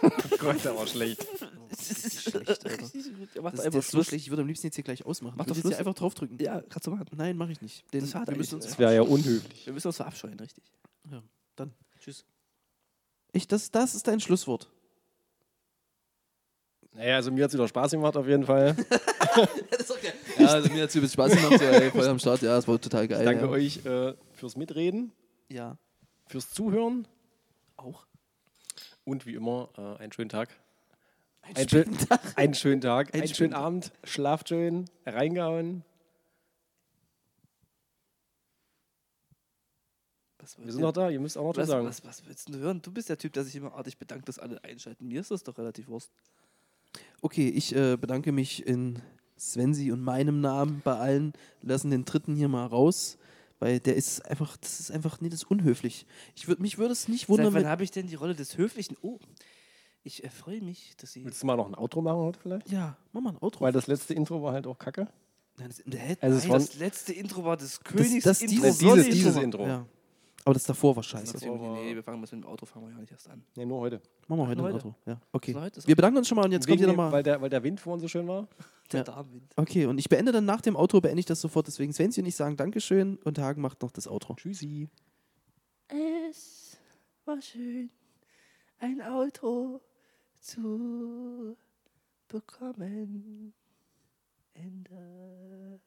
Speaker 1: Gott, der war schlecht.
Speaker 3: Das
Speaker 2: ist schlecht, Alter.
Speaker 3: richtig gut. Ja, Macht
Speaker 2: Das ist
Speaker 3: doch
Speaker 2: der
Speaker 3: einfach Schluss.
Speaker 2: Schluss. Ich würde am liebsten jetzt hier gleich ausmachen.
Speaker 3: Mach
Speaker 2: du
Speaker 3: doch
Speaker 2: willst hier
Speaker 3: Schluss.
Speaker 2: einfach draufdrücken.
Speaker 3: Ja, kannst du machen.
Speaker 2: Nein, mache ich nicht. Denn
Speaker 3: Das ist hart
Speaker 2: wir müssen
Speaker 3: eigentlich,
Speaker 2: uns
Speaker 1: Das wäre ja unhöflich.
Speaker 3: Wir müssen uns verabscheuen, richtig.
Speaker 2: Ja, dann.
Speaker 3: Tschüss.
Speaker 2: ich, das, das ist dein Schlusswort.
Speaker 1: Naja, also mir hat es wieder Spaß gemacht auf jeden Fall.
Speaker 2: Ja, also mir hat es übelst Spaß gemacht, so, ey, voll am Start. Ja, es war total geil.
Speaker 1: Ich danke
Speaker 2: ja.
Speaker 1: euch äh, fürs Mitreden,
Speaker 2: Ja,
Speaker 1: fürs Zuhören
Speaker 2: auch.
Speaker 1: und wie immer äh, einen schönen Tag.
Speaker 2: Ein
Speaker 1: Einen
Speaker 2: schönen
Speaker 1: schönen-
Speaker 2: Tag.
Speaker 1: Einen schönen Tag,
Speaker 2: Einen
Speaker 1: einen,
Speaker 2: schönen
Speaker 1: schönen Abend, schlaft schön, reingehauen.
Speaker 3: Was
Speaker 1: Wir sind noch da, ihr müsst auch noch was
Speaker 3: was,
Speaker 1: sagen.
Speaker 3: was, was willst du hören? Du bist der Typ, der sich immer artig bedankt, dass alle einschalten. Mir ist das doch relativ wurscht.
Speaker 2: Okay, ich äh, bedanke mich in Svensi und meinem Namen bei allen. Lassen den dritten hier mal raus, weil der ist einfach, das ist einfach, nee, das ist unhöflich. Ich würd, mich würde es nicht wundern,
Speaker 3: Seit wann
Speaker 2: wenn.
Speaker 3: habe ich denn die Rolle des Höflichen? Oh, ich äh, freue mich, dass Sie...
Speaker 1: Willst du mal noch ein Outro machen heute vielleicht?
Speaker 2: Ja, mach mal ein Outro.
Speaker 1: Weil das letzte Intro war halt auch kacke.
Speaker 2: Nein, das, hä,
Speaker 1: Also es
Speaker 3: Nein,
Speaker 1: war-
Speaker 3: das letzte Intro war des
Speaker 2: das,
Speaker 3: Königs.
Speaker 2: das,
Speaker 3: Intro
Speaker 2: dieses,
Speaker 1: dieses-
Speaker 3: Sonne-
Speaker 1: dieses
Speaker 2: war-
Speaker 1: Intro.
Speaker 2: Ja. Aber das davor war
Speaker 3: Das
Speaker 2: scheiße.
Speaker 3: ist
Speaker 1: Intro war-
Speaker 3: nee, wir fangen mit dem Auto, fangen wir ja nicht erst an.
Speaker 1: Ne, nur heute.
Speaker 2: Machen wir heute
Speaker 3: Nur
Speaker 2: ein
Speaker 3: heute.
Speaker 2: Outro. Ja, okay.
Speaker 3: Nur heute ist
Speaker 2: Wir bedanken uns schon mal und jetzt kommt hier
Speaker 1: dem- weil,
Speaker 2: nochmal.
Speaker 1: der, weil der Wind vorhin so schön war.
Speaker 3: Der
Speaker 2: Ja.
Speaker 3: Darmwind.
Speaker 2: Okay, und ich beende dann nach dem Outro, beende ich das sofort. Deswegen Svenzi und ich sagen Dankeschön und Hagen macht noch das Outro.
Speaker 1: Tschüssi.
Speaker 3: Es war schön, ein Auto zu bekommen. Ende.